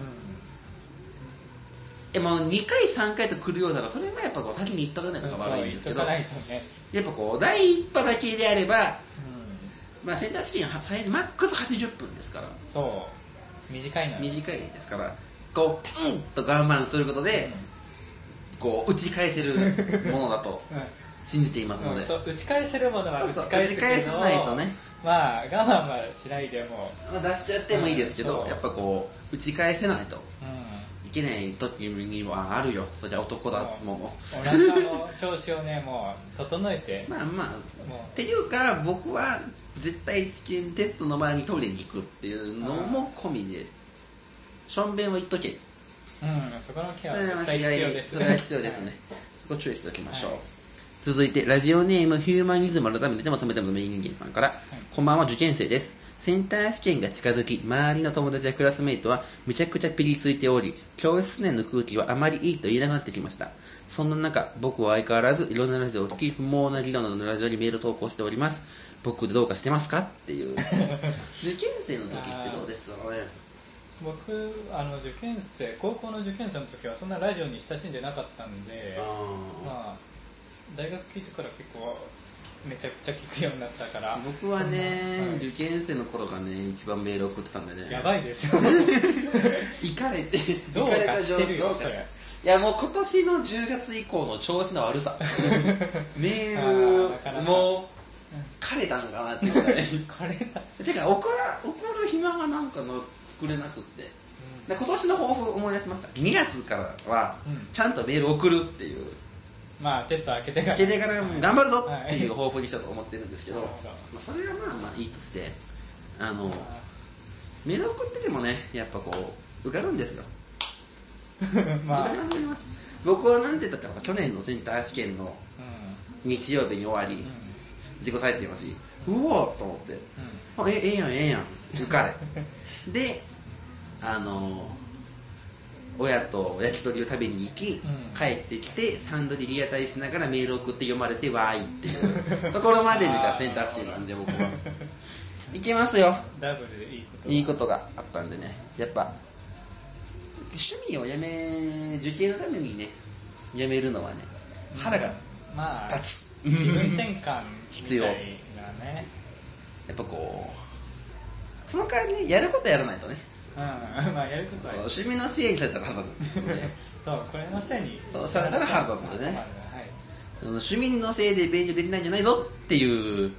Speaker 1: えまあ、2回3回と来るようならそれはやっぱこう先に言っとかないの
Speaker 2: ん。
Speaker 1: が悪いんですけど
Speaker 2: そう言っとかな
Speaker 1: や
Speaker 2: いとね。
Speaker 1: っぱこう第一波だけであれば、
Speaker 2: う
Speaker 1: まあ、センター試験は最マックス80分ですから
Speaker 2: ん。そう。短いのよ。
Speaker 1: 短いですからこううんと我慢することでこう打ち返せ るものだと
Speaker 2: うん。うん
Speaker 1: 信じていますので、
Speaker 2: そう打ち返せるものは打
Speaker 1: そう
Speaker 2: ち
Speaker 1: そう打
Speaker 2: 返
Speaker 1: ち
Speaker 2: す
Speaker 1: 返さないとね、
Speaker 2: まあ我慢はしないでも
Speaker 1: まあ、出しちゃってもいいですけど、
Speaker 2: うん
Speaker 1: やっぱこう打ち返せないと
Speaker 2: う、うん、
Speaker 1: いけない時にはあるよそりゃ男だもの、
Speaker 2: お腹の調子をねもう整えて
Speaker 1: まあまあ
Speaker 2: も
Speaker 1: っていうか僕は絶対試験テストの前にトイレに行くっていうのも込みでしょんべんは言っとけ
Speaker 2: う、うん、そこのケアは
Speaker 1: それは
Speaker 2: 絶対
Speaker 1: 間違い
Speaker 2: 必要
Speaker 1: ない
Speaker 2: です
Speaker 1: それは必要ですねそこ注意しておきましょう、
Speaker 2: はい
Speaker 1: 続いて、ラジオネーム、ヒューマニズム改めても染めてもの名人間さんから、こんばんは、受験生です。センター試験が近づき、周りの友達やクラスメイトは、むちゃくちゃピリついており、教室内の空気はあまりいいと言えなくなってきました。そんな中、僕は相変わらず、いろんなラジオを聞き、不毛な議論のラジオにメール投稿しております。僕どうかしてますかって いう。受験生の時ってどうです かね。
Speaker 2: 僕あの受験生高校の受験生の時はそんなラジオに親しんでなかったんで
Speaker 1: あ
Speaker 2: まあ大学聞いてから結構めちゃくちゃ聞くようになったから
Speaker 1: ー僕はね、
Speaker 2: はい
Speaker 1: 受験生の頃がね、一番メール送ってたんでね。
Speaker 2: やばいですよ
Speaker 1: 行かれて、
Speaker 2: どう
Speaker 1: 行かれ
Speaker 2: か
Speaker 1: た状
Speaker 2: してるよ
Speaker 1: 況
Speaker 2: それ
Speaker 1: いやもう今年の10月以降の調子の悪 さメ
Speaker 2: あーなか
Speaker 1: ー
Speaker 2: な
Speaker 1: ル
Speaker 2: か
Speaker 1: も
Speaker 2: うん
Speaker 1: 枯れたんかなってぐら い
Speaker 2: カレーだ、
Speaker 1: てか怒ら怒る暇がなんかの作れなくって
Speaker 2: うん
Speaker 1: で今年の抱負思い出しました2月からは
Speaker 2: うん
Speaker 1: ちゃんとメール送るっていう
Speaker 2: まあテスト開けてから
Speaker 1: 受けてからも頑張るぞっていう
Speaker 2: は
Speaker 1: 抱負にしたと思ってるんですけど、
Speaker 2: なる
Speaker 1: ま
Speaker 2: ほど
Speaker 1: あそれはまあまあいいとしてあの
Speaker 2: あ
Speaker 1: メール送っててもねやっぱこう受かるんですよ
Speaker 2: ー まあ、
Speaker 1: 受かります受かります僕はなんて言ったか去年のセンター試験の
Speaker 2: う
Speaker 1: 日曜日に終わり、
Speaker 2: んうん
Speaker 1: 自己採点はしうおーと思って
Speaker 2: う
Speaker 1: あえええやんええやん受かれであのー親と焼き鳥を食べに行き、
Speaker 2: ん
Speaker 1: 帰ってきてサンドでリアタイしながらメール送って読まれてわーいっていうところまでにがセンター試験なんで僕 はいけますよ
Speaker 2: ん ダブルでいいこと
Speaker 1: いいことがあったんでねやっぱ趣味をやめ受験のためにねやめるのはね腹が
Speaker 2: まあ
Speaker 1: 立つ
Speaker 2: 気 分転換
Speaker 1: 必要
Speaker 2: みたいなね
Speaker 1: やっぱこう、その代わりね、やることやらないとね、
Speaker 2: うんまあやることは
Speaker 1: そう趣味の支援されたら腹立つので、
Speaker 2: そうこれのせいに
Speaker 1: そうそれから腹立つのでね
Speaker 2: そうはい
Speaker 1: その趣味のせいで勉強できないんじゃないぞっていう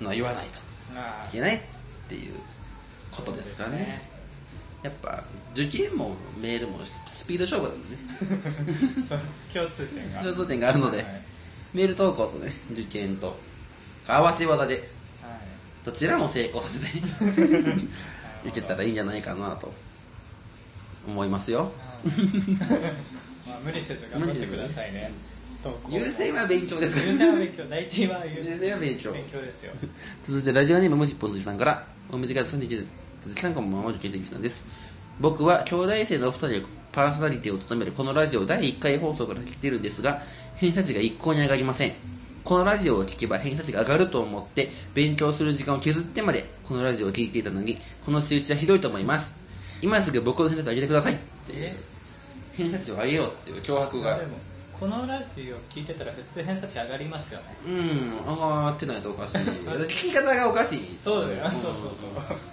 Speaker 1: のは言わないと
Speaker 2: まあ
Speaker 1: いけないっていうことですかね。やっぱ、受験もメールもスピード勝負なんでね、
Speaker 2: そうですね そう共通点が
Speaker 1: 共通点があるので
Speaker 2: はいはい
Speaker 1: メール投稿とね、受験と、合わせ技で、どちらも成功させて いけたらいいんじゃないかなと思いますよ。
Speaker 2: うんまあ無理せず頑張ってくださいね投稿も
Speaker 1: 優先は勉強で
Speaker 2: 優
Speaker 1: す
Speaker 2: 先は勉強第一は優
Speaker 1: 優先は勉強
Speaker 2: 勉強ですよ
Speaker 1: 続いてラジオネームむしっぽんずきさんからお水が3 9鈴木さんこんばんは受験生さんです僕は兄弟生のお二人がパーソナリティを務めるこのラジオ第1回放送から聞いているんですが偏差値が一向に上がりませんこのラジオを聞けば偏差値が上がると思って勉強する時間を削ってまでこのラジオを聞いていたのにこの数値はひどいと思います今すぐ僕の偏差値を上げてくださいっていう
Speaker 2: え
Speaker 1: 偏差値を上げようっていう脅迫
Speaker 2: ま
Speaker 1: が
Speaker 2: あでもこのラジオ聞いてたら普通偏差値上がりますよね
Speaker 1: うん、上がってないとお かしい。聞き方がおかしい。
Speaker 2: そうだよ
Speaker 1: ん
Speaker 2: そうそうそう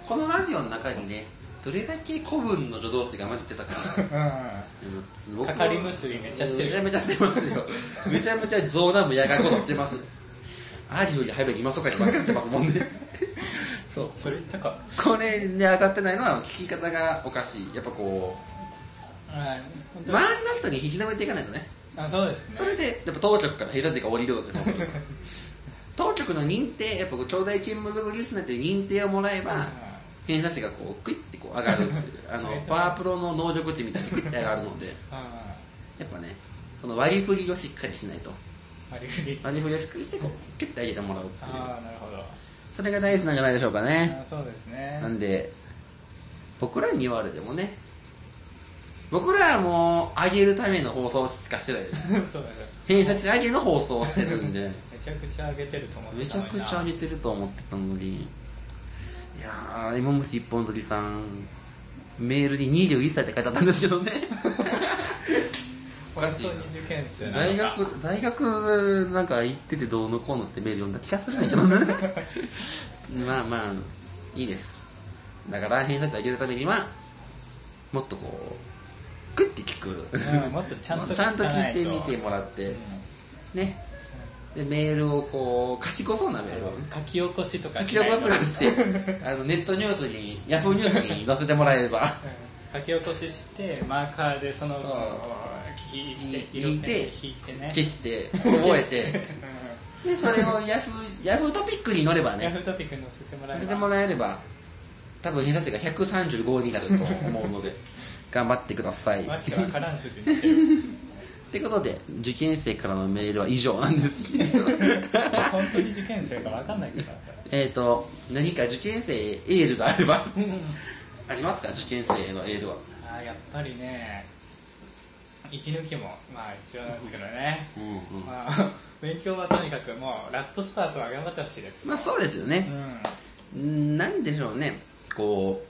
Speaker 1: このラジオの中にね、どれだけ古文の助動詞が混じってたか
Speaker 2: う
Speaker 1: 僕
Speaker 2: かかり結びめっちゃしてる
Speaker 1: めちゃめちゃして ますよ。めちゃめちゃゾーダムやがいことしてます。あるより早めに今そかに分かってますもん ね。そう。
Speaker 2: んそれ言ったか
Speaker 1: これで上がってないのは聞き方がおかしい。やっぱこう、
Speaker 2: はい本
Speaker 1: 周
Speaker 2: 当
Speaker 1: り
Speaker 2: に
Speaker 1: の人にひしなめていかないとね。
Speaker 2: あそうです
Speaker 1: そ
Speaker 2: ね
Speaker 1: れで、やっぱ当局から平達が降りるので、そうすると 当局の認定、やっぱこう、兄弟勤務族リスナーという認定をもらえば、偏差値がこう、クイッてこう上がる っていう。あの、パワープロの能力値みたいにクイッて上がるので、
Speaker 2: うんうん
Speaker 1: やっぱね、その割り振りをしっかりしないと。
Speaker 2: 割り振り
Speaker 1: 割り振りをしっかりして、こう、キュッて上げてもらうっていう。
Speaker 2: ああなるほど
Speaker 1: それが大事なんじゃないでしょうかね。
Speaker 2: あそうですね
Speaker 1: なんで、僕らに言われてもね、僕らはもう、上げるための放送しかして ない。
Speaker 2: そうだね
Speaker 1: 偏差値上げの放送をしてるんで。
Speaker 2: めちゃくちゃ上げてると思って
Speaker 1: めち
Speaker 2: た
Speaker 1: ゃ
Speaker 2: のに
Speaker 1: く
Speaker 2: な
Speaker 1: ちゃ上げてると思ってたのにいやー芋虫一本釣りさんメールに21歳って書いてあったんですけどねおか
Speaker 2: 本
Speaker 1: しい
Speaker 2: 当に受験生なの か
Speaker 1: 大学大学なんか行っててどうのこうのってメール読んだ気がするんだけど ねまあまあいいですだから偏差値上げるためにはもっとこうグッて聞く、
Speaker 2: うんもっとちゃん と
Speaker 1: ちゃんと聞いて
Speaker 2: かな
Speaker 1: み
Speaker 2: と
Speaker 1: てもらって、ね
Speaker 2: う
Speaker 1: でメールをこう賢そうなメールをね
Speaker 2: ん書き起こしとか
Speaker 1: 書き
Speaker 2: し
Speaker 1: 起
Speaker 2: ない
Speaker 1: ことすとかして、あの、ネットニュースに、ヤフーニュースに載せてもらえれば、
Speaker 2: うん書き起こししてマーカーでその
Speaker 1: ん
Speaker 2: 聞い
Speaker 1: 聞
Speaker 2: て
Speaker 1: いて
Speaker 2: 色ペンで引いてね
Speaker 1: 消して、覚え て、
Speaker 2: う
Speaker 1: で、それをヤフー、ヤフートピックに乗れば
Speaker 2: んヤ
Speaker 1: ね
Speaker 2: フ、ートピックに載せてもら
Speaker 1: 載
Speaker 2: えば
Speaker 1: せてもらえれば、多分偏差値が135になると思うので、頑張ってください。
Speaker 2: わけわからん筋になってる
Speaker 1: ってことで、受験生からのメールは以上なんですけど。
Speaker 2: 本当に受験生か分かんないから
Speaker 1: えっと、何か受験生へエールがあれば、ありますか受験生へのエールは。
Speaker 2: あーやっぱりね息抜きもまあ必要なんですけどね、
Speaker 1: うんうん。
Speaker 2: まあ、 勉強はとにかくもうラストスパートは頑張ってほしいです、
Speaker 1: まあそうですよね。
Speaker 2: う
Speaker 1: なんでしょうね、こ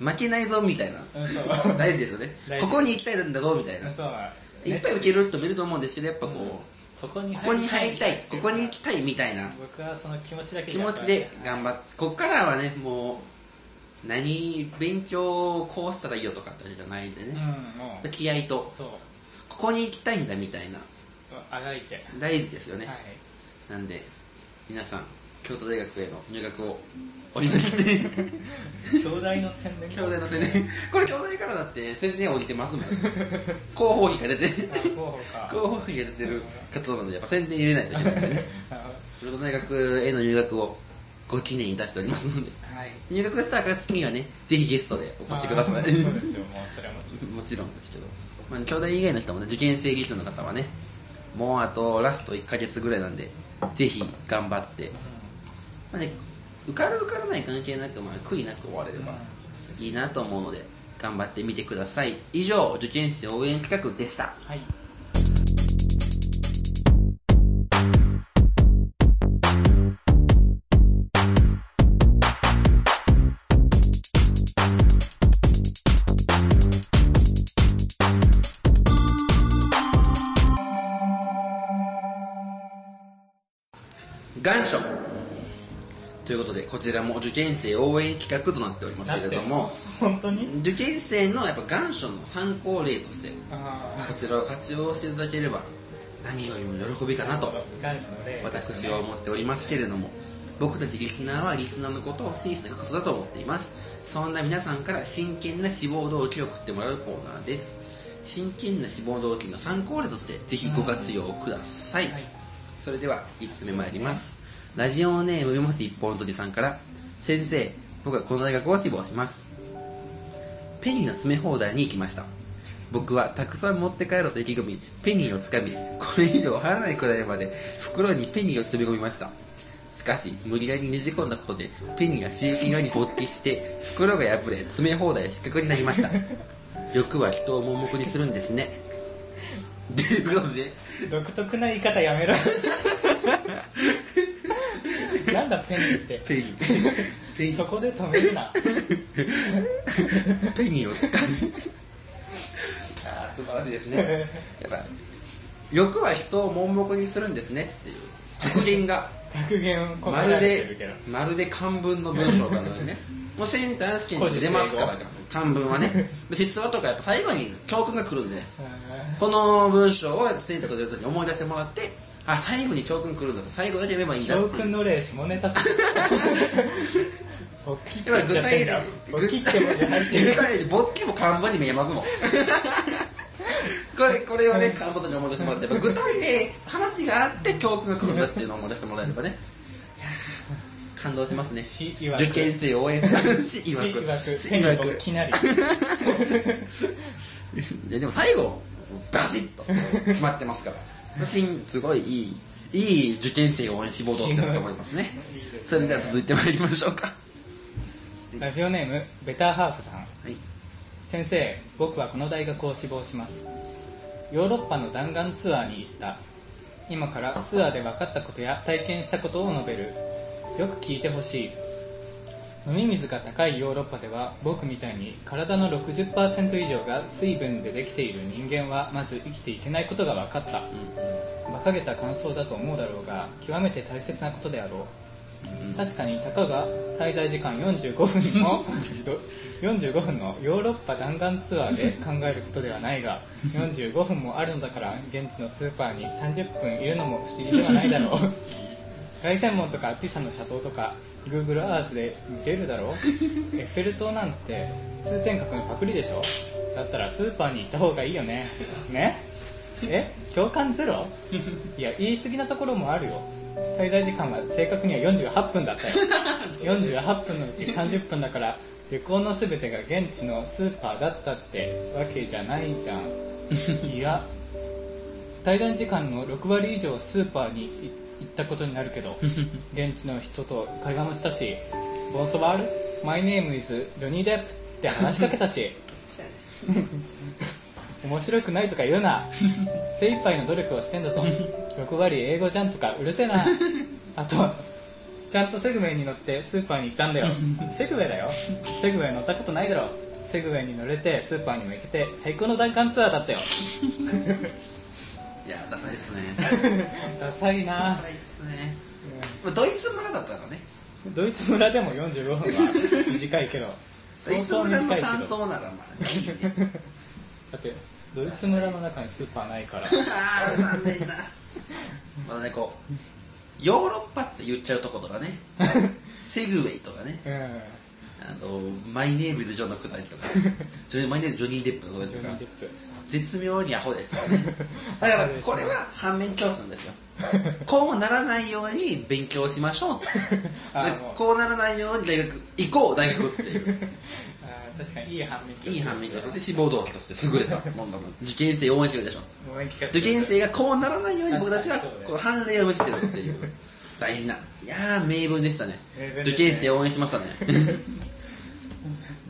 Speaker 1: う、負けないぞみたいな、
Speaker 2: ん、うん、そう
Speaker 1: 大事ですよね
Speaker 2: 大、事
Speaker 1: ここに行きたいんだぞみたいな、
Speaker 2: うんそうなん
Speaker 1: いっぱい受ける人もいると思うんですけど、やっぱこう、
Speaker 2: うんここに
Speaker 1: ここに入りたい、ここに行き
Speaker 2: き
Speaker 1: たいみたいな
Speaker 2: 僕はその気持ちだけ
Speaker 1: 気持ちで頑張って、こっからはね、もう、何、勉強をこうしたらいいよとかってじゃないんで
Speaker 2: うん
Speaker 1: ね、
Speaker 2: もう
Speaker 1: 気合と、
Speaker 2: そう
Speaker 1: ここに行きたいんだみたいな、
Speaker 2: あがいて、
Speaker 1: 大事ですよね
Speaker 2: は。
Speaker 1: なんで、皆さん、京都大学への入学をお祈りして。
Speaker 2: い兄弟の宣伝
Speaker 1: 兄弟の宣伝これ兄弟からだって宣伝降りてますもん広報費が出て
Speaker 2: あ広報 か
Speaker 1: 広報費が出てる活動なんでやっぱ宣伝入れないといけない んでね京都大学への入学をご記念いたしておりますので
Speaker 2: はい
Speaker 1: 入学した暁にはねぜひゲストでお越しください
Speaker 2: あーそうですよもうそれはもう
Speaker 1: もちろんですけど、まあ、兄弟以外の人もね受験生技師の方はねもうあとラスト1ヶ月ぐらいなんでぜひ頑張って、まあね、受かる受からない関係なく、まあ、悔いなく終われれば、いいなと思うので頑張ってみてください以上受験生応援企画でした
Speaker 2: はい
Speaker 1: 願書ということでこちらも受験生応援企画となっておりますけれども
Speaker 2: 本当に
Speaker 1: 受験生のやっぱ願書の参考例として
Speaker 2: あ
Speaker 1: こちらを活用していただければ何よりも喜びかなと
Speaker 2: 男子の例
Speaker 1: 私は思っておりますけれども僕たちリスナーはリスナーのことを真摯なことだと思っていますそんな皆さんから真剣な志望動機を送ってもらうコーナーです真剣な志望動機の参考例としてぜひご活用ください、
Speaker 2: はい
Speaker 1: それでは5つ目参りますラジオネーム読みます一本釣りさんから先生僕はこの大学を志望しますペニーの詰め放題に行きました僕はたくさん持って帰ろうと意気込みペニーをつかみこれ以上払わないくらいまで袋にペニーを詰め込みましたしかし無理やりねじ込んだことでペニーが刺激側に勃起して袋が破れ詰め放題失格になりました欲は人を盲目にするんですねということで
Speaker 2: 独特な言い方や めろなんだペニーって
Speaker 1: ペニー ペニー
Speaker 2: そこで止めるな
Speaker 1: ペニーを使うああ素晴らしいですねやっぱ欲は人を盲目にするんですねっていう格言 が
Speaker 2: 格言を込
Speaker 1: ま
Speaker 2: め
Speaker 1: る
Speaker 2: られてるけ
Speaker 1: で
Speaker 2: ど
Speaker 1: まるで漢文の文章なのでねもうセンター試験に出ますから漢文 はね実話とかやっぱ最後に教訓が来るんでこの文章をセンターと出るときに思い出してもらってあ最後に教訓来るんだと最後だけ読めばいいんだってい
Speaker 2: 教
Speaker 1: う
Speaker 2: 訓の例下ネタするボキって
Speaker 1: やっぱ具
Speaker 2: 言っちゃっ
Speaker 1: 体
Speaker 2: てん
Speaker 1: 例
Speaker 2: じゃんボ
Speaker 1: 具
Speaker 2: キって文字入ってる
Speaker 1: 体例ボッケも看板に見えますもんこれこれをね看板に思い出してもらってやっぱ具体で話があって教訓が来るんだっていうのを思い出してもらえればねいやー感動しますね
Speaker 2: しいわく
Speaker 1: 受験生応援す
Speaker 2: しい
Speaker 1: る
Speaker 2: わくペ
Speaker 1: い
Speaker 2: ニ
Speaker 1: わ
Speaker 2: ー
Speaker 1: く
Speaker 2: ボキなり
Speaker 1: ででも最後バシッと決まってますから私すごいいいいい受験生応援志望動機だと思いますね
Speaker 2: いいです
Speaker 1: そ
Speaker 2: ね
Speaker 1: れでは続いてまいりましょうかは
Speaker 2: ラジオネームベターハーフさん
Speaker 1: い
Speaker 2: 先生僕はこの大学を志望しますヨーロッパの弾丸ツアーに行った今からツアーで分かったことや体験したことを述べるよく聞いてほしい飲み水が高いヨーロッパでは僕みたいに体の60%以上が水分でできている人間はまず生きていけないことが分かった馬鹿げた感想だと思うだろうが極めて大切なことであろう
Speaker 1: うん
Speaker 2: 確かにたかが滞在時間45分の45分のヨーロッパ弾丸ツアーで考えることではないが45分もあるのだから現地のスーパーに30分いるのも不思議ではない だろう凱旋門とかピサの斜塔とか Google Earth で見れるだろうエッフェル塔なんて通天閣のパクリでしょだったらスーパーに行った方がいいよねねえ共感ゼロいや言い過ぎなところもあるよ滞在時間は正確には48分だったよ48分のうち30分だから旅行のすべてが現地のスーパーだったってわけじゃないじゃんいや対談時間の6割以上スーパーにい行ったことになるけど現地の人と会話もしたし「ボンソワール My name is ジョニー・デップ」って話しかけたし面白くないとか 言うな精一杯の努力をしてんだぞ6割英語じゃんとかうるせえ なあとちゃんとセグウェイに乗ってスーパーに行っ たんだよセグウェイだよセグウェイ乗ったことないだろセグウェイに乗れてスーパーにも行けて最高の弾丸ツアーだったよ
Speaker 1: いやダサいですね
Speaker 2: ダサい
Speaker 1: ダ
Speaker 2: な
Speaker 1: サいですねまあドイツ村だったからね
Speaker 2: ドイツ村でも45分 は短いけど
Speaker 1: ドイ
Speaker 2: 相
Speaker 1: ツ
Speaker 2: 当
Speaker 1: 村の
Speaker 2: 短いけ
Speaker 1: 感
Speaker 2: ど
Speaker 1: 想ならまあいいね
Speaker 2: だってドイツ村の中にスーパーな いから
Speaker 1: ああ残念だ まだねこうヨーロッパって言っちゃうとことかねセグウェイとかね
Speaker 2: うん
Speaker 1: あのマイネームズ・ジョンのくだり とかジョニーマイネームズ・ジョニー・デップのくだりと
Speaker 2: ジョニ
Speaker 1: か
Speaker 2: ー・デップ
Speaker 1: 絶妙にアホですよね だからこれは反面教師なんですよこうならないように勉強しましょ う
Speaker 2: あ
Speaker 1: で
Speaker 2: ーもう
Speaker 1: こうならないように大学行こう大学っていう
Speaker 2: あー確かにいい反面教師
Speaker 1: いい反面教師として志望動機として優れたもんだもん受験生応援してるでしょ
Speaker 2: 応援企画
Speaker 1: 受験生がこうならないように僕たちは
Speaker 2: そうだね
Speaker 1: こう判例を見せてるっていう大変ないやー名分でしたね
Speaker 2: 名分です
Speaker 1: 受
Speaker 2: ね
Speaker 1: 験生応援しましたね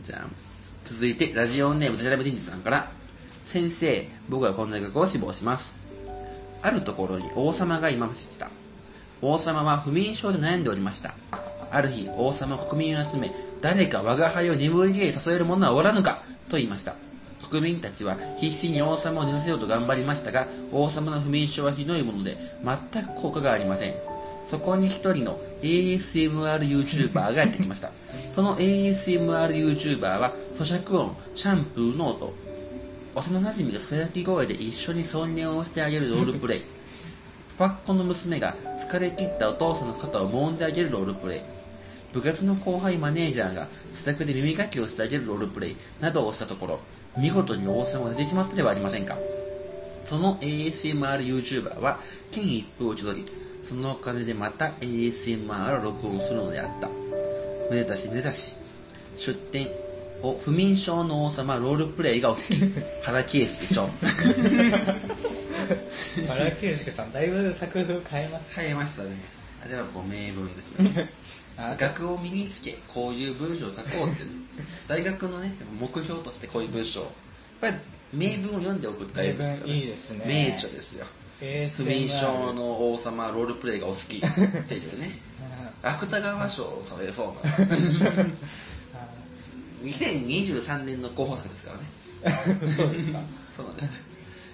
Speaker 1: じゃあ続いてラジオネームデジャラブ人事さんから先生僕はこんな学を志望しますあるところに王様がいました王様は不眠症で悩んでおりましたある日王様は国民を集め誰か我が輩を眠りへ誘える者はおらぬかと言いました国民たちは必死に王様を寝させようと頑張りましたが王様の不眠症はひどいもので全く効果がありませんそこに一人の ASMRYouTuber がやってきましたその ASMRYouTuber は咀嚼音シャンプーの音幼馴染が素焼き声で一緒に尊厳をしてあげるロールプレイパッコの娘が疲れ切ったお父さんの肩を揉んであげるロールプレイ部活の後輩マネージャーが自宅で耳かきをしてあげるロールプレイなどをしたところ見事に王様を出てしまったではありませんかその ASMRYouTuber は県一風を取りそのお金でまた ASMR を録音するのであっためでたしめでたし出店を不眠症の王様ロールプレイがお好 き原圭介長
Speaker 2: 原圭介さんだいぶ作風変えまし
Speaker 1: 変えましたねあれはこう名文ですよね
Speaker 2: たあ
Speaker 1: 学を身につけこういう文章を書こう ってね、大学のね目標としてこういう文章をやっぱり名文を読んでおくって大事ですから、
Speaker 2: 名文いいですね
Speaker 1: 名著ですよ不
Speaker 2: ASMR
Speaker 1: 眠症の王様ロールプレイがお好きって いうね芥川賞を取れそうな2023年の候補作ですからね
Speaker 2: あ そうですか
Speaker 1: そうなんです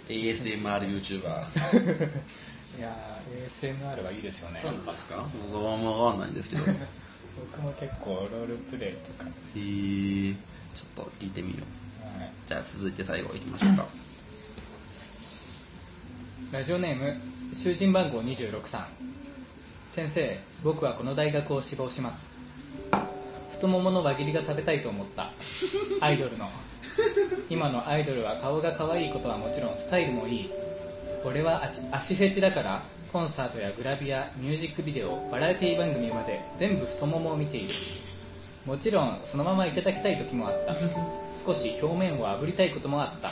Speaker 1: ASMRYouTuber
Speaker 2: いやー ASMR はいいですよね
Speaker 1: そうなんですか僕はもうわかんないんです けどへ
Speaker 2: 僕も結構ロールプレイとか、は
Speaker 1: えー、ちょっと聞いてみよう
Speaker 2: い
Speaker 1: じゃあ続いて最後行きましょうか
Speaker 2: ラジオネーム囚人番号26さん先生僕はこの大学を志望します太ももの輪切りが食べたいと思ったアイドルの今のアイドルは顔が可愛いことはもちろんスタイルもいい俺は足足フェチだからコンサートやグラビアミュージックビデオバラエティ番組まで全部太ももを見ているもちろんそのままいただきたい時もあった少し表面を炙りたいこともあった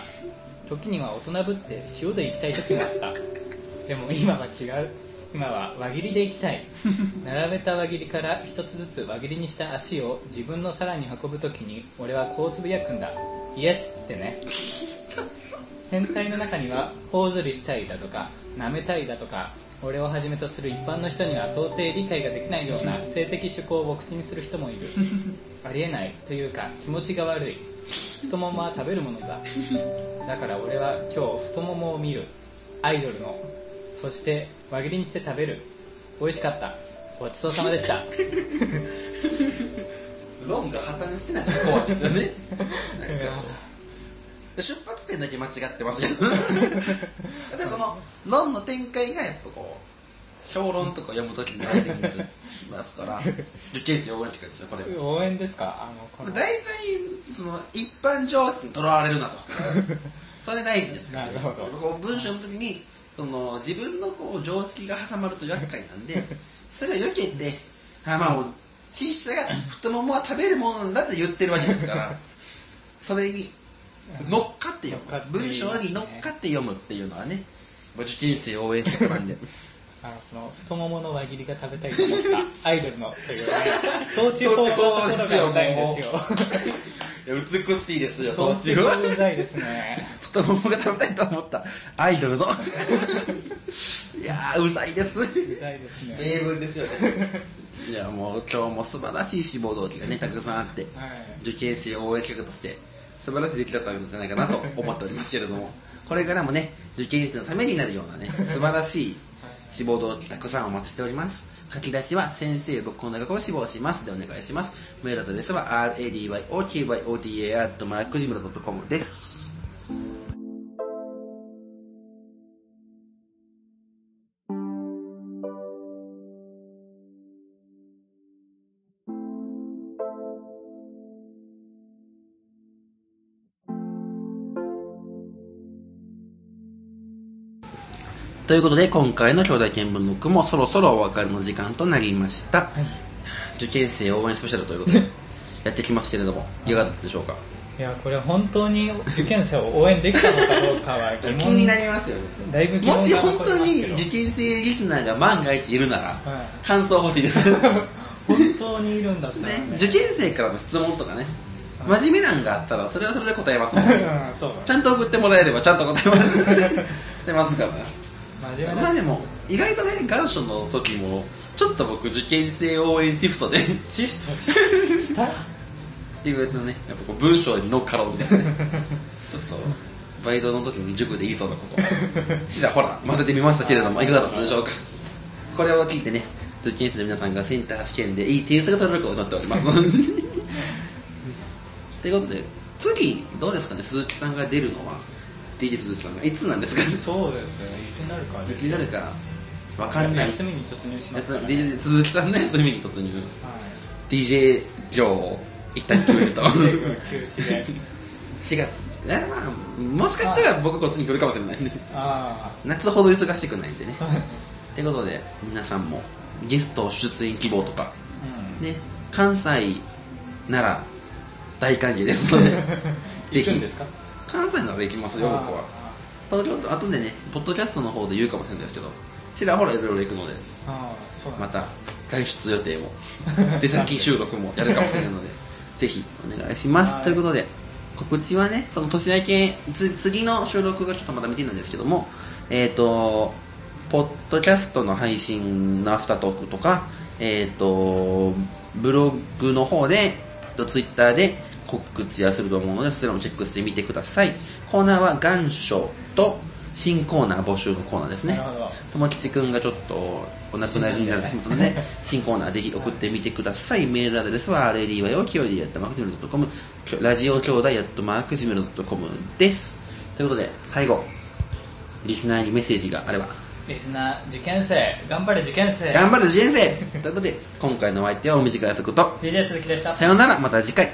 Speaker 2: 時には大人ぶって塩で行きたい時もあったでも今は違う今は輪切りで行きたい並べた輪切りから一つずつ輪切りにした足を自分の皿に運ぶ時に俺はこうつぶやくんだイエスってね変態の中には頬ずりしたいだとか舐めたいだとか俺をはじめとする一般の人には到底理解ができないような性的趣向を口にする人もいるありえないというか気持ちが悪い太ももは食べるものだだから俺は今日太ももを見るアイドルのそして輪切りにして食べる美味しかったごちそうさまでした
Speaker 1: 論が破綻してない怖いですよねなんかこう出発点だけ間違ってます けどでもこの論の展開がやっぱこう評論とか読むときに出てくるます から受験生応援してくれですよこれ
Speaker 2: 応援ですかあのこの
Speaker 1: 大体その一般常識にとらわれるな とそれ大事ですから
Speaker 2: なるほど
Speaker 1: こう文章の時にその自分のこう常識が挟まると厄介なんで それを避けてあまあもう 筆者が太ももは食べるものなんだって言ってるわけですからそれに乗っかって読
Speaker 2: 乗っか
Speaker 1: む
Speaker 2: って
Speaker 1: 文章に乗っかって読むっていうのはね僕人生応援してた んで
Speaker 2: あの、その、太ももの輪切りが食べたいと思ったアイドルの、というね、小中高のところがうざいんですよ。
Speaker 1: いや美しいですよ
Speaker 2: 小
Speaker 1: 途
Speaker 2: 中
Speaker 1: 中
Speaker 2: 高
Speaker 1: は
Speaker 2: うざいですね。
Speaker 1: 太ももが食べたいと思ったアイド ルのいやーうざいで
Speaker 2: う
Speaker 1: す
Speaker 2: ざいですね。
Speaker 1: 名文ですよねいやもう今日も素晴らしい志望動機がねたくさんあって
Speaker 2: はい。
Speaker 1: 受験生応援企画として素晴らしい出来だったんじゃないかなと思っておりますけれどもこれからもね受験生のためになるようなね素晴らしい志望動機たくさんお待ちしております書き出しは先生僕この学校を志望しますでお願いしますメールアドレスは radyokyota.macgmail.com ですということで今回の兄弟見聞録もそろそろお別れの時間となりました、受験生応援スペシャルということでやってきますけれどもいかがだったでしょうか
Speaker 2: いや、これ本当に受験生を応援できたのかどうかは疑
Speaker 1: 気
Speaker 2: 問
Speaker 1: になりますよね
Speaker 2: だいぶ疑
Speaker 1: も
Speaker 2: 問
Speaker 1: し
Speaker 2: が
Speaker 1: 本
Speaker 2: 残り
Speaker 1: 当
Speaker 2: ま
Speaker 1: に
Speaker 2: す
Speaker 1: 受
Speaker 2: けど。
Speaker 1: 験生リスナーが万が一いるなら、
Speaker 2: はい
Speaker 1: 感想欲しい です。ね、
Speaker 2: 本当にいるんだったらね。
Speaker 1: 受験生からの質問とかね、真面目なんがあったら、それはそれで答えますもん。
Speaker 2: うんそうだね
Speaker 1: ちゃんと送ってもらえれば、ちゃんと答えます。出 ますからね。
Speaker 2: 真面目
Speaker 1: まあでも、意外とね、願書の時も、ちょっと僕、受験生応援シフトで、
Speaker 2: シフト した
Speaker 1: 意外とね、やっぱこう文章に乗っかろうみたいなね。ちょっと、バイトの時に塾で言いそうなことを、ちらほら混ぜてみましたけれども、いかがだったでしょうか。これを聞いてね、受験生の皆さんがセンター試験でいい点数が取れることになっておりますので。 ということで、次、どうですかね、鈴木さんが出るのは、DJ 鈴木さんが、いつなんですか
Speaker 2: そうですよね。いつになるか
Speaker 1: 気になるか、わかんない。
Speaker 2: 休みに突入しますから、ね。
Speaker 1: DJ 鈴木さんね、休みに突入。
Speaker 2: はい。
Speaker 1: DJ 業を一旦休止と。
Speaker 2: 休止で。
Speaker 1: 4月えまあもしかしたら僕こっちに来るかもしれないんで
Speaker 2: あ
Speaker 1: 夏ほど忙しくないんでね
Speaker 2: あ。そうだね
Speaker 1: ってことで皆さんもゲスト出演希望とか
Speaker 2: うん。
Speaker 1: ね関西なら大歓迎ですので ぜ
Speaker 2: 行くん
Speaker 1: ひ
Speaker 2: ですか
Speaker 1: 関西なら行きますよ僕は東京と後でねポッドキャストの方で言うかもしれないですけどちらほらいろいろ行くので
Speaker 2: ああああ、そうなん
Speaker 1: ま
Speaker 2: だ。
Speaker 1: た外出予定も 出先収録もやるかもしれないのでぜひお願いします、
Speaker 2: はい
Speaker 1: ということで告知はねその年明けつ次の収録がちょっとまだ見てないんですけどもえっ、とポッドキャストの配信のアフタートークとかえっ、とブログの方でツイッターで告知はすると思うのでそちらもチェックしてみてくださいコーナーは願書と新コーナー募集のコーナーですね
Speaker 2: なるほど。
Speaker 1: 友吉くんがちょっとお亡くなりになられてしまったので、新コーナーぜひ送ってみてください。メールアドレスは r a d y o k y o d i マークジメルドットコム、ラジオ兄弟マークジメルドットコムです。ということで、最後、リスナーにメッセージがあれば、
Speaker 2: リスナー、受験生、頑張れ受験生。
Speaker 1: 頑張る受験生ということで、今回のお相手はお短い速と、
Speaker 2: DJ 鈴木でした。
Speaker 1: さようなら、また次回。